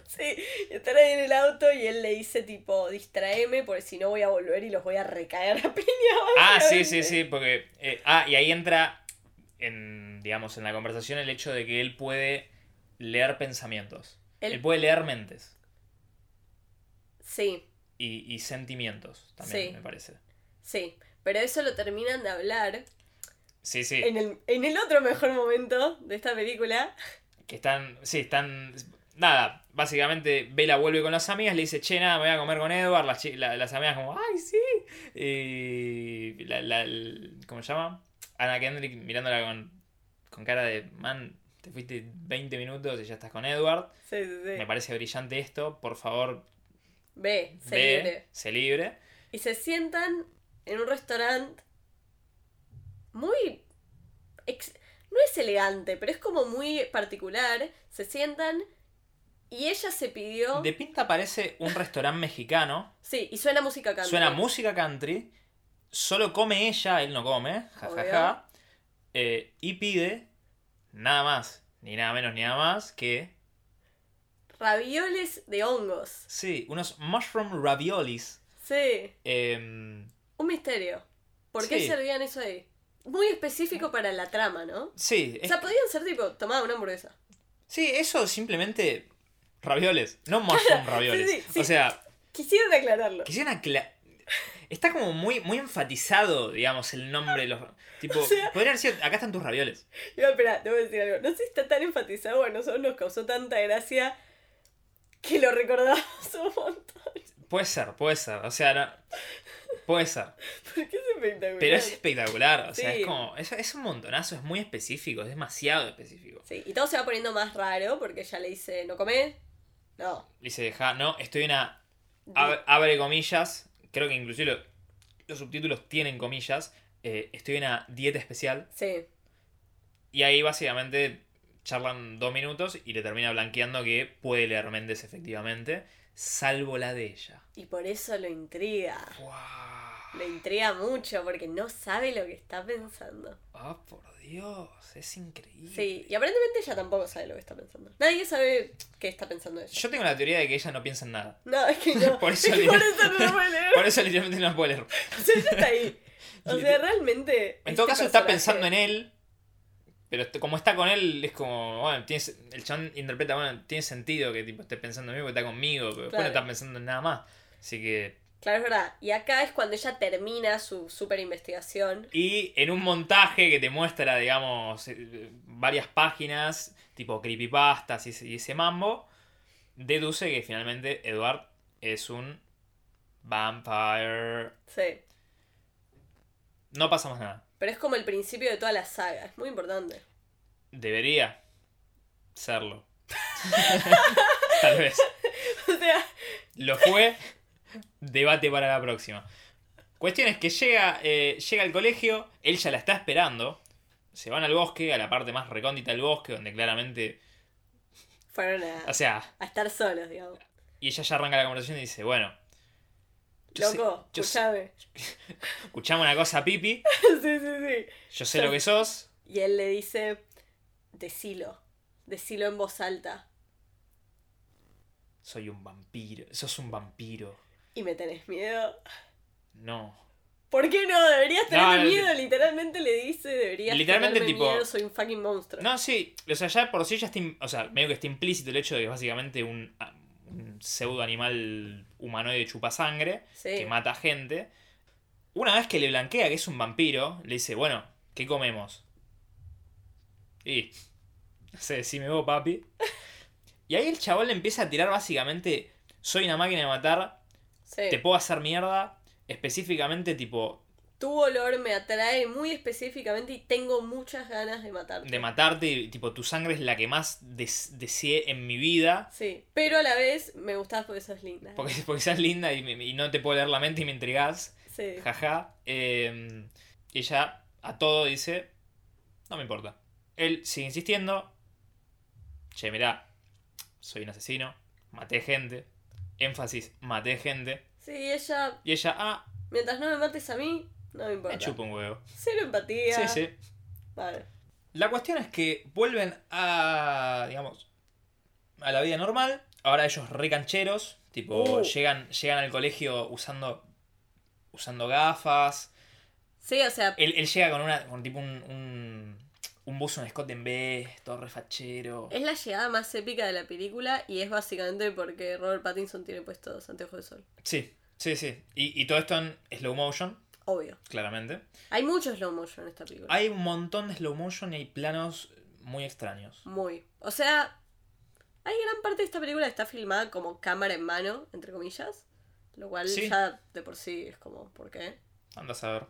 Speaker 3: sí. Están ahí en el auto y él le dice, tipo, distraeme porque si no voy a volver y los voy a recaer a piña.
Speaker 2: Ah, sí, sí,
Speaker 3: básicamente.
Speaker 2: sí, porque... eh, ah, y ahí entra, en, digamos, en la conversación el hecho de que él puede leer pensamientos.
Speaker 3: Él-
Speaker 2: él puede leer mentes
Speaker 3: Sí,
Speaker 2: y, y sentimientos también,
Speaker 3: Sí.
Speaker 2: me parece.
Speaker 3: sí. Pero eso lo terminan de hablar
Speaker 2: Sí, sí.
Speaker 3: en el, en el otro mejor momento de esta película.
Speaker 2: Que están, sí, están... Nada, básicamente Vela vuelve con las amigas, le dice, che, nada, me voy a comer con Edward, las, chi- la- las amigas como, ay, sí. Y la, la- l- ¿Cómo se llama? Ana Kendrick mirándola con, con cara de, man, te fuiste 20 minutos y ya estás con Edward.
Speaker 3: Sí, sí, sí.
Speaker 2: Me parece brillante esto, por favor,
Speaker 3: Ve, se
Speaker 2: ve,
Speaker 3: libre.
Speaker 2: se libre.
Speaker 3: Y se sientan en un restaurante muy... ex- No es elegante, pero es como muy particular. Se sientan y ella se pidió...
Speaker 2: De pinta parece un restaurante mexicano,
Speaker 3: Sí, y suena música country.
Speaker 2: suena música country, solo come ella, él no come, jajaja,
Speaker 3: Obvio.
Speaker 2: eh, y pide nada más, ni nada menos, ni nada más que,
Speaker 3: Ravioles de hongos.
Speaker 2: sí, unos mushroom raviolis.
Speaker 3: Sí,
Speaker 2: Em,
Speaker 3: un misterio. ¿Por qué
Speaker 2: Sí.
Speaker 3: servían eso ahí? Muy específico para la trama, ¿no?
Speaker 2: sí,
Speaker 3: O
Speaker 2: es-
Speaker 3: sea, podían ser tipo, tomá una hamburguesa.
Speaker 2: sí, eso simplemente ravioles, no mushroom ravioles.
Speaker 3: sí, sí.
Speaker 2: O sea,
Speaker 3: Quisieron aclararlo.
Speaker 2: quisieran acla- Está como muy, muy enfatizado, digamos, el nombre de los... Tipo,
Speaker 3: sea-
Speaker 2: podría haber sido, acá están tus ravioles.
Speaker 3: Yo, espera, te voy a decir algo. No sé si está tan enfatizado, a nosotros nos causó tanta gracia que lo recordamos un montón.
Speaker 2: Puede ser, puede ser. O sea, no- puede ser.
Speaker 3: Porque es espectacular.
Speaker 2: Pero es espectacular. O sea,
Speaker 3: Sí.
Speaker 2: es como. Es, es un montonazo, es muy específico, es demasiado específico.
Speaker 3: Sí, y todo se va poniendo más raro porque ya le dice, ¿no comés? No.
Speaker 2: Dice, deja, no, estoy en una. ab- Abre comillas. Creo que inclusive lo- los subtítulos tienen comillas. eh, estoy en una dieta especial.
Speaker 3: Sí.
Speaker 2: Y ahí básicamente charlan dos minutos y le termina blanqueando que puede leer Méndez efectivamente, salvo la de ella.
Speaker 3: Y por eso lo intriga.
Speaker 2: ¡Wow!
Speaker 3: Lo intriga mucho porque no sabe lo que está pensando.
Speaker 2: ¡Ah, por Dios! Es increíble.
Speaker 3: Sí, y aparentemente ella tampoco sabe lo que está pensando. Nadie sabe qué está pensando ella.
Speaker 2: Yo tengo la teoría de que ella no piensa en nada.
Speaker 3: No, es que no.
Speaker 2: Por eso
Speaker 3: Es que
Speaker 2: le-
Speaker 3: por eso no lo puede leer.
Speaker 2: Por eso literalmente no la puede leer.
Speaker 3: O sea, ella está ahí. O sea, realmente.
Speaker 2: En todo
Speaker 3: este
Speaker 2: caso está
Speaker 3: personaje-
Speaker 2: pensando en él. Pero este- como está con él, es como, bueno, tiene se- el chabón interpreta, bueno, tiene sentido que tipo esté pensando en mí porque está conmigo, pero después no
Speaker 3: Claro.
Speaker 2: está pensando en nada más. Así que
Speaker 3: Claro, es verdad. Y acá es cuando ella termina su super investigación.
Speaker 2: Y en un montaje que te muestra, digamos, eh, varias páginas, tipo creepypastas y ese, y ese mambo, deduce que finalmente Edward es un vampire.
Speaker 3: Sí.
Speaker 2: No pasa más nada.
Speaker 3: Pero es como el principio de toda la saga. Es muy importante.
Speaker 2: Debería serlo. Tal vez.
Speaker 3: O sea,
Speaker 2: Lo fue. Debate para la próxima. Cuestión es que llega, eh, llega al colegio, él ya la está esperando. Se van al bosque, a la parte más recóndita del bosque, donde claramente.
Speaker 3: fueron a,
Speaker 2: O sea,
Speaker 3: a estar solos, digamos.
Speaker 2: y ella ya arranca la conversación y dice: Bueno, Yo sé-
Speaker 3: Loco,
Speaker 2: yo sé-
Speaker 3: escuchame.
Speaker 2: escuchame una cosa, Pipi.
Speaker 3: Sí, sí, sí.
Speaker 2: Yo sé lo que sos.
Speaker 3: Y él le dice, decilo, decilo en voz alta.
Speaker 2: Soy un vampiro. Sos un vampiro.
Speaker 3: Y me tenés miedo.
Speaker 2: No.
Speaker 3: ¿Por qué no? Deberías tener
Speaker 2: no,
Speaker 3: miedo. Literalmente le dice, deberías
Speaker 2: Literalmente,
Speaker 3: tenerme
Speaker 2: tipo-
Speaker 3: miedo, soy un fucking monstruo.
Speaker 2: No, sí. O sea, ya por sí ya está. im- O sea, medio que está implícito el hecho de que es básicamente un, ah, un pseudo animal humanoide chupasangre.
Speaker 3: Sí.
Speaker 2: que mata gente. Una vez que le blanquea que es un vampiro, le dice, bueno, ¿qué comemos? Y, no sé, decime vos, papi. Y ahí el chaval le empieza a tirar básicamente, soy una máquina de matar,
Speaker 3: Sí.
Speaker 2: te puedo hacer mierda, específicamente tipo
Speaker 3: Tu olor me atrae muy específicamente y tengo muchas ganas de matarte.
Speaker 2: de matarte, y, tipo tu sangre es la que más des- deseé en mi vida.
Speaker 3: Sí, pero a la vez me gustás porque sos linda.
Speaker 2: Porque, porque seas linda y, me- y no te puedo leer la mente y me intrigás.
Speaker 3: Sí.
Speaker 2: Jaja. Eh, ella a todo dice, no me importa. Él sigue insistiendo. Che, mirá, soy un asesino, maté gente. Énfasis, maté gente.
Speaker 3: Sí, ella,
Speaker 2: Y ella, ah,
Speaker 3: mientras no me mates a mí, no me importa.
Speaker 2: me chupa un huevo.
Speaker 3: Cero empatía.
Speaker 2: Sí, sí.
Speaker 3: Vale.
Speaker 2: La cuestión es que vuelven a, digamos, a la vida normal. Ahora ellos recancheros, tipo,
Speaker 3: Uh.
Speaker 2: llegan, llegan al colegio usando, usando gafas.
Speaker 3: Sí, o sea,
Speaker 2: Él, él llega con una con tipo un, un, un buzo en Scott en B, todo refachero.
Speaker 3: Es la llegada más épica de la película y es básicamente porque Robert Pattinson tiene puestos anteojos de sol.
Speaker 2: Sí, sí, sí. Y, y todo esto en slow motion,
Speaker 3: Obvio.
Speaker 2: claramente.
Speaker 3: Hay mucho slow motion en esta película.
Speaker 2: Hay un montón de slow motion y hay planos muy extraños.
Speaker 3: Muy. O sea, hay gran parte de esta película que está filmada como cámara en mano, entre comillas. Lo cual
Speaker 2: Sí.
Speaker 3: ya de por sí es como, ¿por qué?
Speaker 2: Andas a ver.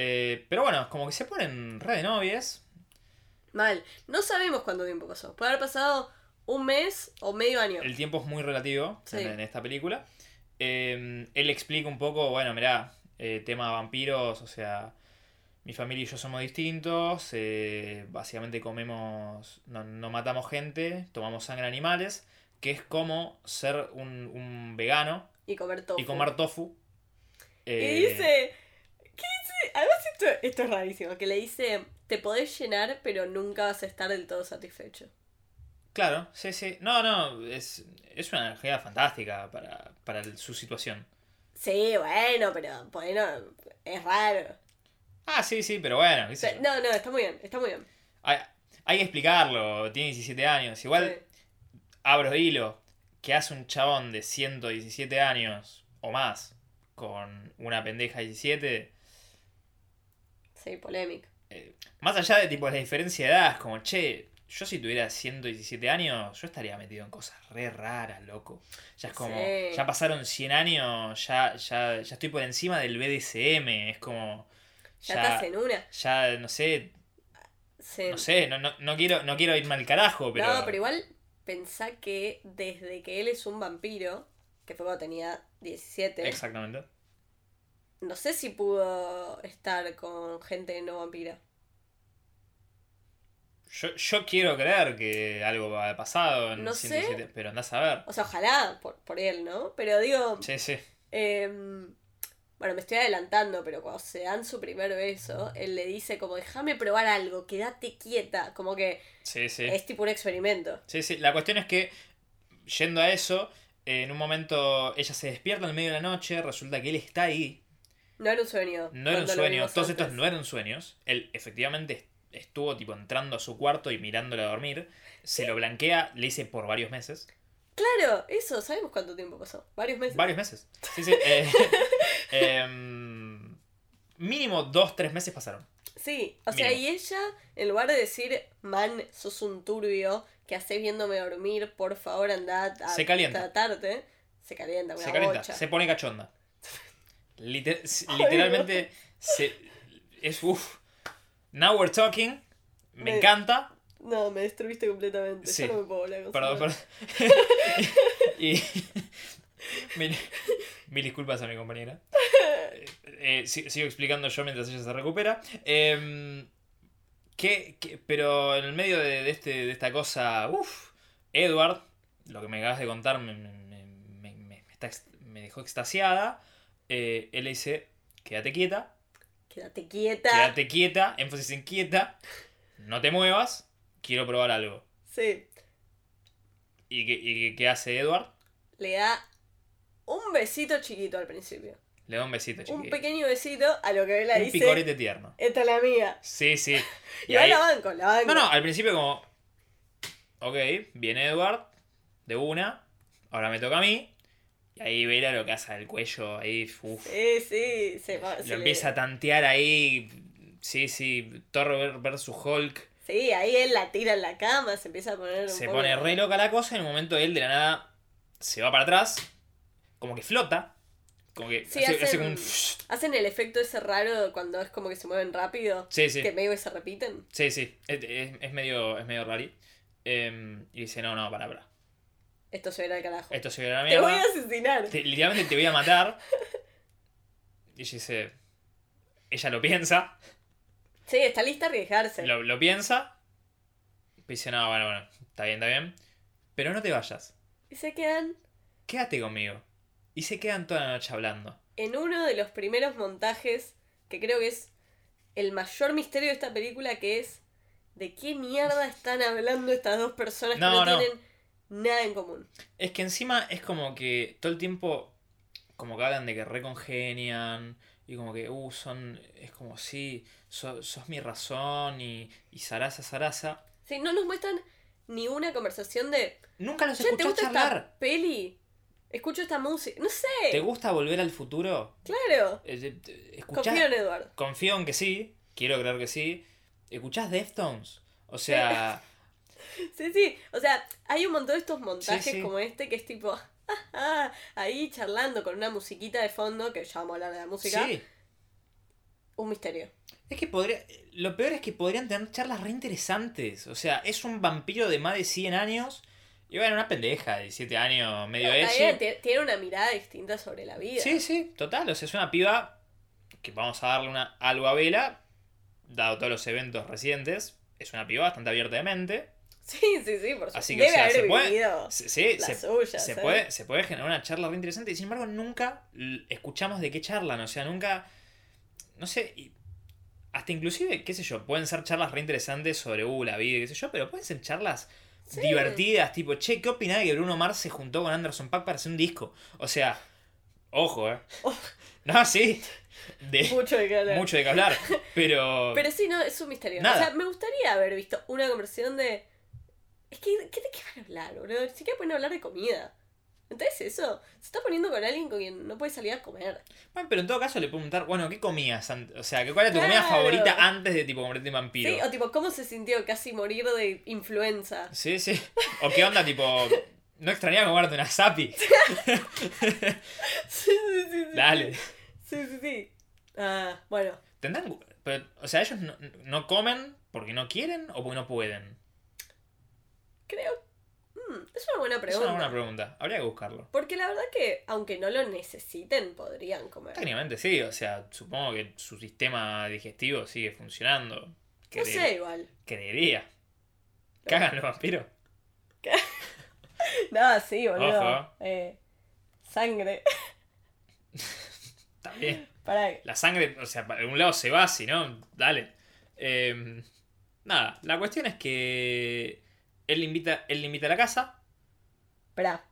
Speaker 2: Eh, pero bueno, como que se ponen re de novias.
Speaker 3: Mal. No sabemos cuánto tiempo pasó. Puede haber pasado un mes o medio año.
Speaker 2: El tiempo es muy relativo
Speaker 3: Sí.
Speaker 2: en, en esta película. Eh, él explica un poco, bueno, mirá, eh, tema vampiros, o sea, mi familia y yo somos distintos, eh, básicamente comemos, no, no matamos gente, tomamos sangre de animales, que es como ser un, un vegano
Speaker 3: Y comer todo.
Speaker 2: y comer tofu.
Speaker 3: Y
Speaker 2: Eh,
Speaker 3: dice. ¿Qué dice? Además, esto, esto es rarísimo. Que le dice: Te podés llenar, pero nunca vas a estar del todo satisfecho.
Speaker 2: Claro, sí, sí. No, no, es, es una energía fantástica para, para el- su situación.
Speaker 3: Sí, bueno, pero bueno, es raro.
Speaker 2: Ah, sí, sí, pero bueno, qué
Speaker 3: O
Speaker 2: sé
Speaker 3: sea,
Speaker 2: yo.
Speaker 3: no, no, está muy bien, está muy bien.
Speaker 2: Hay, hay que explicarlo, tiene 17 años. Igual
Speaker 3: Sí.
Speaker 2: abro hilo que hace un chabón de 117 años o más con una pendeja de 17.
Speaker 3: Sí, polémico.
Speaker 2: Más allá de tipo la diferencia de edad, es como, che, Yo si tuviera 117 años, yo estaría metido en cosas re raras, loco. Ya es como,
Speaker 3: Sí.
Speaker 2: ya pasaron 100 años, ya, ya, ya estoy por encima del BDSM, es como...
Speaker 3: Ya, estás en una.
Speaker 2: ya, no sé,
Speaker 3: Sí.
Speaker 2: no sé, no, no, no quiero, no quiero irme al carajo, pero...
Speaker 3: No, pero igual pensá que desde que él es un vampiro, que fue cuando tenía 17,
Speaker 2: Exactamente.
Speaker 3: no sé si pudo estar con gente no vampira.
Speaker 2: Yo, yo quiero creer que algo ha pasado en
Speaker 3: No sé.
Speaker 2: 117, pero andás a ver.
Speaker 3: O sea, ojalá por, por él, ¿no? Pero digo,
Speaker 2: Sí, sí.
Speaker 3: em, bueno, me estoy adelantando, pero cuando se dan su primer beso, él le dice como, déjame probar algo, quédate quieta, como que
Speaker 2: Sí, sí.
Speaker 3: es tipo un experimento.
Speaker 2: Sí, sí. La cuestión es que, yendo a eso, en un momento ella se despierta en medio de la noche, resulta que él está ahí.
Speaker 3: No era un sueño.
Speaker 2: No era un
Speaker 3: cuando lo
Speaker 2: sueño,
Speaker 3: vimos
Speaker 2: todos estos
Speaker 3: antes.
Speaker 2: no eran sueños. Él efectivamente estuvo tipo entrando a su cuarto y mirándola a dormir. Se lo blanquea, le hice por varios meses.
Speaker 3: Claro, eso, ¿sabemos cuánto tiempo pasó? Varios meses.
Speaker 2: Varios meses. Sí, sí. eh, em, mínimo dos, tres meses pasaron.
Speaker 3: Sí, o sea,
Speaker 2: Mínimo.
Speaker 3: y ella, en lugar de decir, man, sos un turbio, que haces viéndome dormir, por favor andá a
Speaker 2: Se calienta.
Speaker 3: tratarte, se calienta, una
Speaker 2: se calienta,
Speaker 3: bocha.
Speaker 2: se pone cachonda. Liter- s-
Speaker 3: Ay,
Speaker 2: literalmente se es uff. Now we're talking. Me
Speaker 3: Me-
Speaker 2: encanta.
Speaker 3: No, me destruiste completamente,
Speaker 2: Sí.
Speaker 3: yo no me puedo hablar con
Speaker 2: Perdón,
Speaker 3: Samuel.
Speaker 2: perdón. y, mil, mil disculpas a mi compañera. Eh, eh, si- sigo explicando yo mientras ella se recupera. Em, que, que- pero en el medio de, de este, de esta cosa, uff, Edward, lo que me acabas de contar me, me- me- me- me- me está ex- me dejó extasiada. Eh, él le dice, quédate quieta,
Speaker 3: Quédate quieta.
Speaker 2: quédate quieta, énfasis en quieta, no te muevas, quiero probar algo.
Speaker 3: Sí,
Speaker 2: ¿Y qué, y qué- qué hace Edward?
Speaker 3: le da un besito chiquito al principio.
Speaker 2: Le da un besito, chiquito.
Speaker 3: Un pequeño besito a lo que Bella
Speaker 2: Un
Speaker 3: dice,
Speaker 2: picorete tierno.
Speaker 3: esta es la mía.
Speaker 2: Sí, sí. Y
Speaker 3: Y ahora
Speaker 2: ahí-
Speaker 3: la banco, la banco.
Speaker 2: No, no, al principio como... Ok, viene Edward, de una, ahora me toca a mí. Y ahí Vera lo caza del cuello, ahí... Uf,
Speaker 3: Sí, sí, se, va- se
Speaker 2: lo
Speaker 3: le-
Speaker 2: empieza a tantear ahí. Sí, sí, Thor versus Hulk.
Speaker 3: Sí, ahí él la tira en la cama, se empieza a poner un
Speaker 2: Se
Speaker 3: poco-
Speaker 2: pone re loca la cosa, en el momento él de la nada se va para atrás, como que flota, como que
Speaker 3: Sí,
Speaker 2: hace,
Speaker 3: hacen-
Speaker 2: hace como un...
Speaker 3: Hacen el efecto ese raro cuando es como que se mueven rápido,
Speaker 2: Sí, sí.
Speaker 3: que medio que se repiten.
Speaker 2: Sí, sí, es, es- es medio, es medio rari. Em, y dice, no, no, para, para.
Speaker 3: Esto se verá al carajo.
Speaker 2: Esto se viene a la
Speaker 3: Te
Speaker 2: mierda.
Speaker 3: voy a asesinar.
Speaker 2: Te- literalmente te voy a matar. Y ella dice, ella lo piensa,
Speaker 3: Sí, está lista a arriesgarse.
Speaker 2: lo, lo piensa. Y dice, no, bueno, bueno, está bien, está bien. Pero no te vayas,
Speaker 3: Y se quedan
Speaker 2: quédate conmigo. Y se quedan toda la noche hablando.
Speaker 3: en uno de los primeros montajes, que creo que es el mayor misterio de esta película, que es de qué mierda están hablando estas dos personas
Speaker 2: No,
Speaker 3: que no,
Speaker 2: no.
Speaker 3: tienen nada en común.
Speaker 2: Es que encima es como que todo el tiempo, como que hablan de que recongenian y como que, uh, son, es como, sí, so- sos mi razón y, y zaraza, zaraza.
Speaker 3: Sí, no nos muestran ni una conversación de,
Speaker 2: Nunca los
Speaker 3: che, ¿te
Speaker 2: escuchás
Speaker 3: gusta
Speaker 2: charlar.
Speaker 3: esta Eh. peli? Escucho esta música. No sé,
Speaker 2: ¿Te gusta volver al futuro?
Speaker 3: claro.
Speaker 2: Eh, eh, eh, escuchás-
Speaker 3: Confío en Eduardo.
Speaker 2: Confío en que sí, quiero creer que sí. ¿Escuchás Deftones? O sea,
Speaker 3: Sí, sí, o sea, hay un montón de estos montajes
Speaker 2: Sí, sí.
Speaker 3: como este que es tipo, "Ah, ah", ahí charlando con una musiquita de fondo, que ya vamos a hablar de la música,
Speaker 2: sí.
Speaker 3: un misterio.
Speaker 2: Es que podría. Lo peor es que podrían tener charlas re interesantes. O sea, es un vampiro de más de 100 años. Y bueno, una pendeja de 17 años, medio
Speaker 3: Está
Speaker 2: edgy.
Speaker 3: bien, tie- tiene una mirada distinta sobre la vida.
Speaker 2: Sí, sí, total. O sea, es una piba que vamos a darle una, algo a vela, dado todos los eventos recientes. Es una piba bastante abierta de mente.
Speaker 3: sí, sí, sí, por supuesto.
Speaker 2: Así que,
Speaker 3: Debe
Speaker 2: o sea,
Speaker 3: haber
Speaker 2: se puede-
Speaker 3: vivido
Speaker 2: Sí, sí,
Speaker 3: la
Speaker 2: se, se
Speaker 3: suya, ¿sabes?
Speaker 2: puede, se puede generar una charla re interesante y sin embargo nunca l- escuchamos de qué charlan, o sea, nunca, no sé, y hasta inclusive, qué sé yo, pueden ser charlas re interesantes sobre uh, la vida, y qué sé yo, pero pueden ser charlas
Speaker 3: Sí.
Speaker 2: divertidas, tipo, che, ¿qué opinás de que Bruno Mars se juntó con Anderson Pack para hacer un disco? O sea, ojo, eh.
Speaker 3: Oh.
Speaker 2: No, sí, de
Speaker 3: Mucho de cara.
Speaker 2: mucho de qué hablar, pero...
Speaker 3: Pero sí, no, es un misterio.
Speaker 2: Nada.
Speaker 3: O sea, me gustaría haber visto una conversación de... Es que, ¿qué, ¿de qué van a hablar, boludo? Ni siquiera pueden hablar de comida. Entonces eso, se está poniendo con alguien con quien no puede salir a comer.
Speaker 2: Bueno, pero en todo caso le puedo preguntar, bueno, ¿qué comías? an- O sea, ¿cuál era tu comida
Speaker 3: Claro.
Speaker 2: favorita antes de tipo convertirte en vampiro?
Speaker 3: Sí, o tipo, ¿cómo se sintió casi morir de influenza?
Speaker 2: Sí, sí. ¿O qué onda, tipo, no extrañaba comerte una zapi?
Speaker 3: Sí, sí, sí, sí.
Speaker 2: Dale.
Speaker 3: Sí, sí, sí. Ah, bueno.
Speaker 2: ¿Tendrán, gu- pero, o sea, ellos no, no comen porque no quieren o porque no pueden?
Speaker 3: Creo. Mm, es una buena
Speaker 2: Esa es
Speaker 3: pregunta.
Speaker 2: una buena pregunta. Habría que buscarlo.
Speaker 3: Porque la verdad que, aunque no lo necesiten, podrían comer.
Speaker 2: Técnicamente sí, o sea, supongo que su sistema digestivo sigue funcionando.
Speaker 3: No
Speaker 2: Cre-
Speaker 3: sé, igual.
Speaker 2: Creería. Cagan los vampiros.
Speaker 3: No, sí, boludo.
Speaker 2: Ojo.
Speaker 3: Eh, sangre.
Speaker 2: Está bien.
Speaker 3: Para que.
Speaker 2: La sangre, o sea, para algún lado se va, si no, dale. Eh, nada, la cuestión es que él le invita, él le invita a la casa.
Speaker 3: Esperá.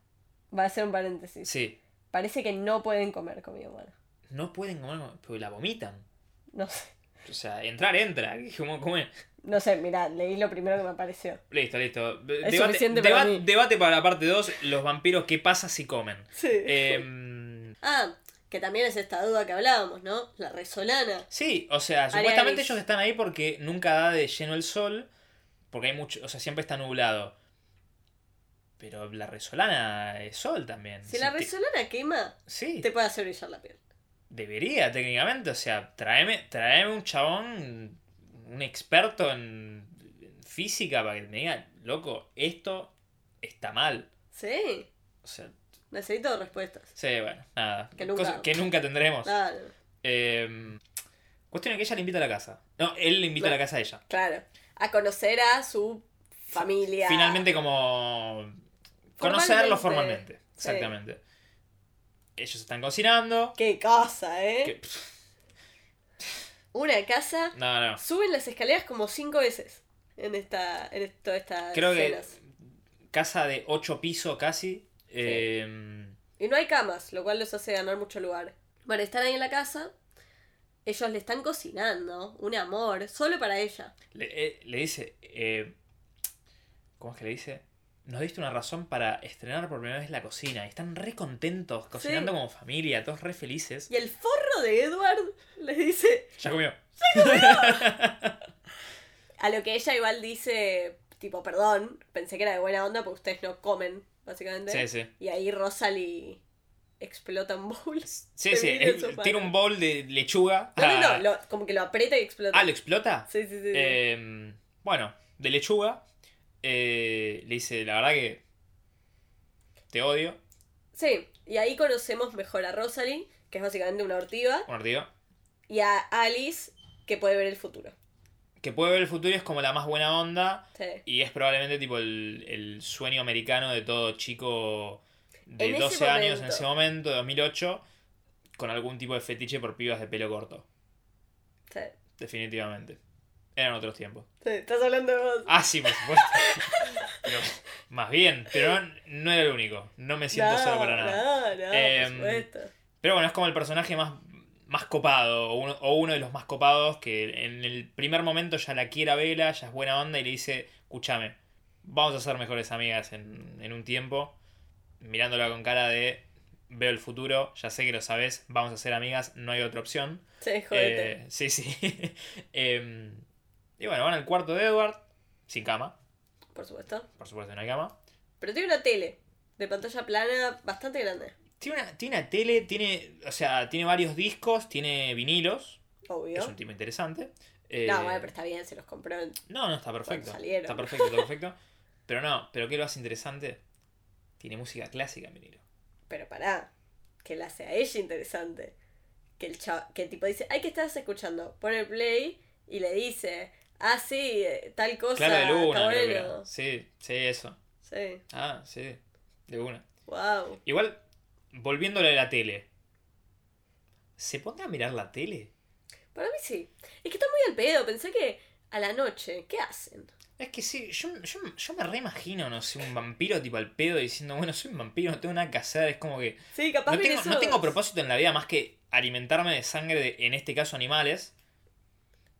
Speaker 3: Va a ser un paréntesis.
Speaker 2: Sí.
Speaker 3: Parece que no pueden comer comida humana.
Speaker 2: No pueden comer, pero la vomitan.
Speaker 3: No sé.
Speaker 2: O sea, entrar, entra. ¿Cómo comen?
Speaker 3: No sé, mirá, leí lo primero que me apareció.
Speaker 2: Listo, listo.
Speaker 3: Es suficiente para mí.
Speaker 2: debate para la parte 2, los vampiros, ¿qué pasa si comen?
Speaker 3: Sí.
Speaker 2: Em,
Speaker 3: Ah, que también es esta duda que hablábamos, ¿no? La resolana.
Speaker 2: sí, o sea,
Speaker 3: Área
Speaker 2: supuestamente
Speaker 3: gris.
Speaker 2: ellos están ahí porque nunca da de lleno el sol, porque hay mucho, o sea, siempre está nublado. Pero la resolana es sol también.
Speaker 3: Si la
Speaker 2: te-
Speaker 3: resolana quema,
Speaker 2: Sí,
Speaker 3: te puede hacer brillar la piel.
Speaker 2: debería técnicamente, o sea, tráeme, tráeme un chabón, un experto en en física para que me diga, loco, esto está mal.
Speaker 3: Sí.
Speaker 2: O sea,
Speaker 3: Necesito respuestas.
Speaker 2: Sí, bueno, nada.
Speaker 3: Que nunca-
Speaker 2: Cosas que nunca tendremos.
Speaker 3: Claro.
Speaker 2: Eh, cuestión es que ella le invita a la casa. No, él le invita a la casa a ella.
Speaker 3: Claro. A conocer a su familia.
Speaker 2: Finalmente como... Conocerlo formalmente.
Speaker 3: Sí.
Speaker 2: Exactamente. Ellos están cocinando.
Speaker 3: Qué casa, ¿eh?
Speaker 2: Que- pff,
Speaker 3: Una casa.
Speaker 2: no, no.
Speaker 3: Suben las escaleras como cinco veces en esta. en est- todas estas
Speaker 2: Creo que
Speaker 3: escenas.
Speaker 2: casa de ocho pisos casi. Eh,
Speaker 3: Y no hay camas, lo cual los hace ganar mucho lugar. Bueno, están ahí en la casa. Ellos le están cocinando. Un amor. Solo para ella.
Speaker 2: le, eh, le dice... eh, ¿Cómo es que le dice? Nos diste una razón para estrenar por primera vez la cocina. Y están re contentos, cocinando como familia, todos re felices.
Speaker 3: Y el forro de Edward le dice.
Speaker 2: Ya comió.
Speaker 3: A lo que ella igual dice. Tipo, perdón, pensé que era de buena onda porque ustedes no comen, básicamente.
Speaker 2: Sí, sí.
Speaker 3: Y ahí Rosalie explota un bowl.
Speaker 2: Sí,
Speaker 3: Te
Speaker 2: sí,
Speaker 3: mira
Speaker 2: él
Speaker 3: el sofá.
Speaker 2: tira un bowl de lechuga.
Speaker 3: No, no,
Speaker 2: Ah,
Speaker 3: no, lo- como que lo aprieta y explota.
Speaker 2: Ah, ¿lo explota?
Speaker 3: Sí, sí, sí. sí.
Speaker 2: Eh, bueno, de lechuga. eh, le dice, la verdad que te odio.
Speaker 3: Sí, y ahí conocemos mejor a Rosalie, que es básicamente una ortiva,
Speaker 2: Bueno, te digo,
Speaker 3: y a Alice, que puede ver el futuro.
Speaker 2: Que puede ver el futuro y es como la más buena onda.
Speaker 3: Sí.
Speaker 2: Y es probablemente tipo el, el sueño americano de todo chico de
Speaker 3: En ese
Speaker 2: 12 años en
Speaker 3: momento.
Speaker 2: ese momento, 2008, con algún tipo de fetiche por pibas de pelo corto.
Speaker 3: sí,
Speaker 2: Definitivamente. Eran otros tiempos.
Speaker 3: sí, estás hablando de vos.
Speaker 2: Ah, sí, por supuesto. Pero, más bien, pero no, no era el único. No me siento
Speaker 3: No,
Speaker 2: solo para nada.
Speaker 3: No, no,
Speaker 2: Em,
Speaker 3: por supuesto.
Speaker 2: Pero bueno, es como el personaje más, más copado, o uno, o uno de los más copados, que en el primer momento ya la quiere a Vela, ya es buena onda y le dice, escúchame, vamos a ser mejores amigas en, en un tiempo, mirándola con cara de, veo el futuro, ya sé que lo sabes, vamos a ser amigas, no hay otra opción.
Speaker 3: Sí, jodete.
Speaker 2: Eh, sí, sí. Em, y bueno, van al cuarto de Edward, sin cama,
Speaker 3: Por supuesto.
Speaker 2: por supuesto no hay cama.
Speaker 3: Pero tiene una tele de pantalla plana bastante grande,
Speaker 2: Tiene una, tiene una tele, tiene, o sea, tiene varios discos, tiene vinilos.
Speaker 3: obvio.
Speaker 2: Es un tipo interesante. Eh,
Speaker 3: No, bueno, pero está bien, se los compró. en-
Speaker 2: No, no, está perfecto.
Speaker 3: Cuando salieron.
Speaker 2: Está perfecto, está perfecto. pero no, pero ¿qué lo hace interesante? Tiene música clásica en vinilo.
Speaker 3: Pero pará, que la hace a ella interesante. Que el chavo, que el tipo dice, ay, ¿qué estás escuchando? Pone el play y le dice, ah, sí, eh, tal cosa.
Speaker 2: Clara de Luna,
Speaker 3: está
Speaker 2: creo que
Speaker 3: bueno".
Speaker 2: era. Sí, sí, eso.
Speaker 3: Sí,
Speaker 2: Ah, sí, de una.
Speaker 3: wow.
Speaker 2: Igual, volviéndole a la tele. ¿Se pone a mirar la tele?
Speaker 3: Para mí sí. Es que está muy al pedo, pensé que a la noche, ¿qué hacen?
Speaker 2: Es que sí, yo, yo, yo me reimagino, no sé, un vampiro tipo al pedo diciendo, bueno, soy un vampiro, no tengo nada que hacer, es como que...
Speaker 3: Sí, capaz
Speaker 2: No
Speaker 3: ven
Speaker 2: tengo,
Speaker 3: eso.
Speaker 2: no tengo propósito en la vida más que alimentarme de sangre de, en este caso, animales.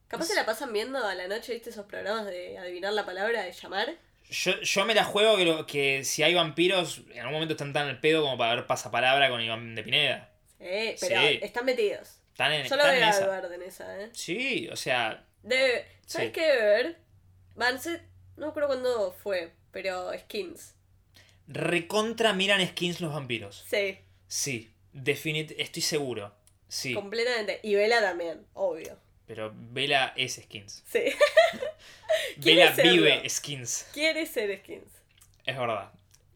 Speaker 3: Capaz se la pasan viendo a la noche, viste, esos programas de adivinar la palabra, de llamar.
Speaker 2: Yo, yo me la juego que, lo- que si hay vampiros, en algún momento están tan al pedo como para ver pasapalabra con Iván de Pineda.
Speaker 3: Eh, pero
Speaker 2: Sí.
Speaker 3: están metidos.
Speaker 2: Están en,
Speaker 3: Yo lo
Speaker 2: están
Speaker 3: veo
Speaker 2: en
Speaker 3: a
Speaker 2: esa.
Speaker 3: Eduardo en esa, ¿eh?
Speaker 2: Sí, o sea,
Speaker 3: Debe. ¿Sabes
Speaker 2: Sí.
Speaker 3: qué debe ver? Vance, no creo cuándo fue, pero Skins.
Speaker 2: recontra miran skins los vampiros.
Speaker 3: Sí,
Speaker 2: Sí, definit estoy seguro. Sí,
Speaker 3: completamente. Y Vela también, obvio.
Speaker 2: pero Vela es skins.
Speaker 3: Sí, Quiere
Speaker 2: Vela
Speaker 3: serlo.
Speaker 2: vive skins.
Speaker 3: quiere ser Skins.
Speaker 2: Es verdad.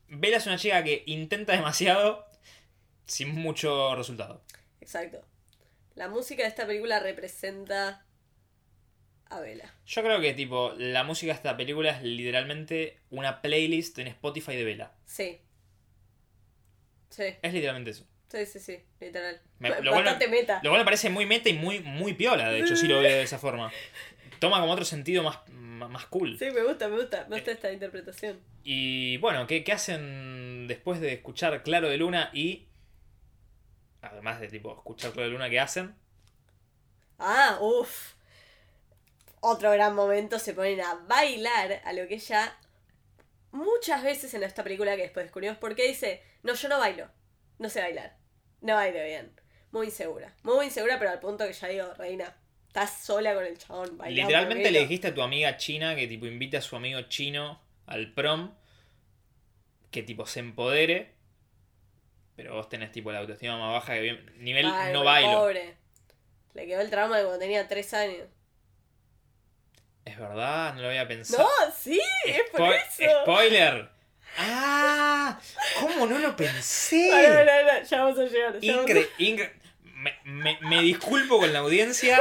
Speaker 2: Vela es una chica que intenta demasiado sin mucho resultado.
Speaker 3: Exacto. La música de esta película representa a Vela.
Speaker 2: Yo creo que, tipo, la música de esta película es literalmente una playlist en Spotify de Vela.
Speaker 3: Sí. Sí,
Speaker 2: Es literalmente eso.
Speaker 3: sí, sí, sí, literal.
Speaker 2: Me-
Speaker 3: Ba-
Speaker 2: lo bueno-
Speaker 3: Bastante meta.
Speaker 2: Lo cual me parece muy meta y muy, muy piola, de hecho, si lo veo de esa forma. Toma como otro sentido más, más más cool.
Speaker 3: Sí, me gusta, me gusta, me gusta esta interpretación.
Speaker 2: Y bueno, ¿qué, qué hacen después de escuchar Claro de Luna y. Además de tipo escuchar Claro de Luna, ¿qué hacen?
Speaker 3: Ah, uff. Otro gran momento, se ponen a bailar a lo que ella muchas veces en esta película que después descubrimos porque dice, no, yo no bailo, no sé bailar, no bailo bien. Muy insegura, muy insegura, pero al punto que ya digo, reina, estás sola con el chabón bailando.
Speaker 2: Literalmente le dijiste a tu amiga china que tipo invite a su amigo chino al prom, que tipo se empodere, pero vos tenés tipo la autoestima más baja que bien- nivel no bailo.
Speaker 3: Pobre. Le quedó el trauma de cuando tenía tres años.
Speaker 2: Es verdad, no lo había pensado.
Speaker 3: No, sí, es por
Speaker 2: Spo-
Speaker 3: eso.
Speaker 2: Spoiler. Ah, ¿cómo no lo pensé?
Speaker 3: Pará, pará, pará, ya vamos a llegar. ya vamos a-
Speaker 2: Incre, incre- me, me- me disculpo con la audiencia.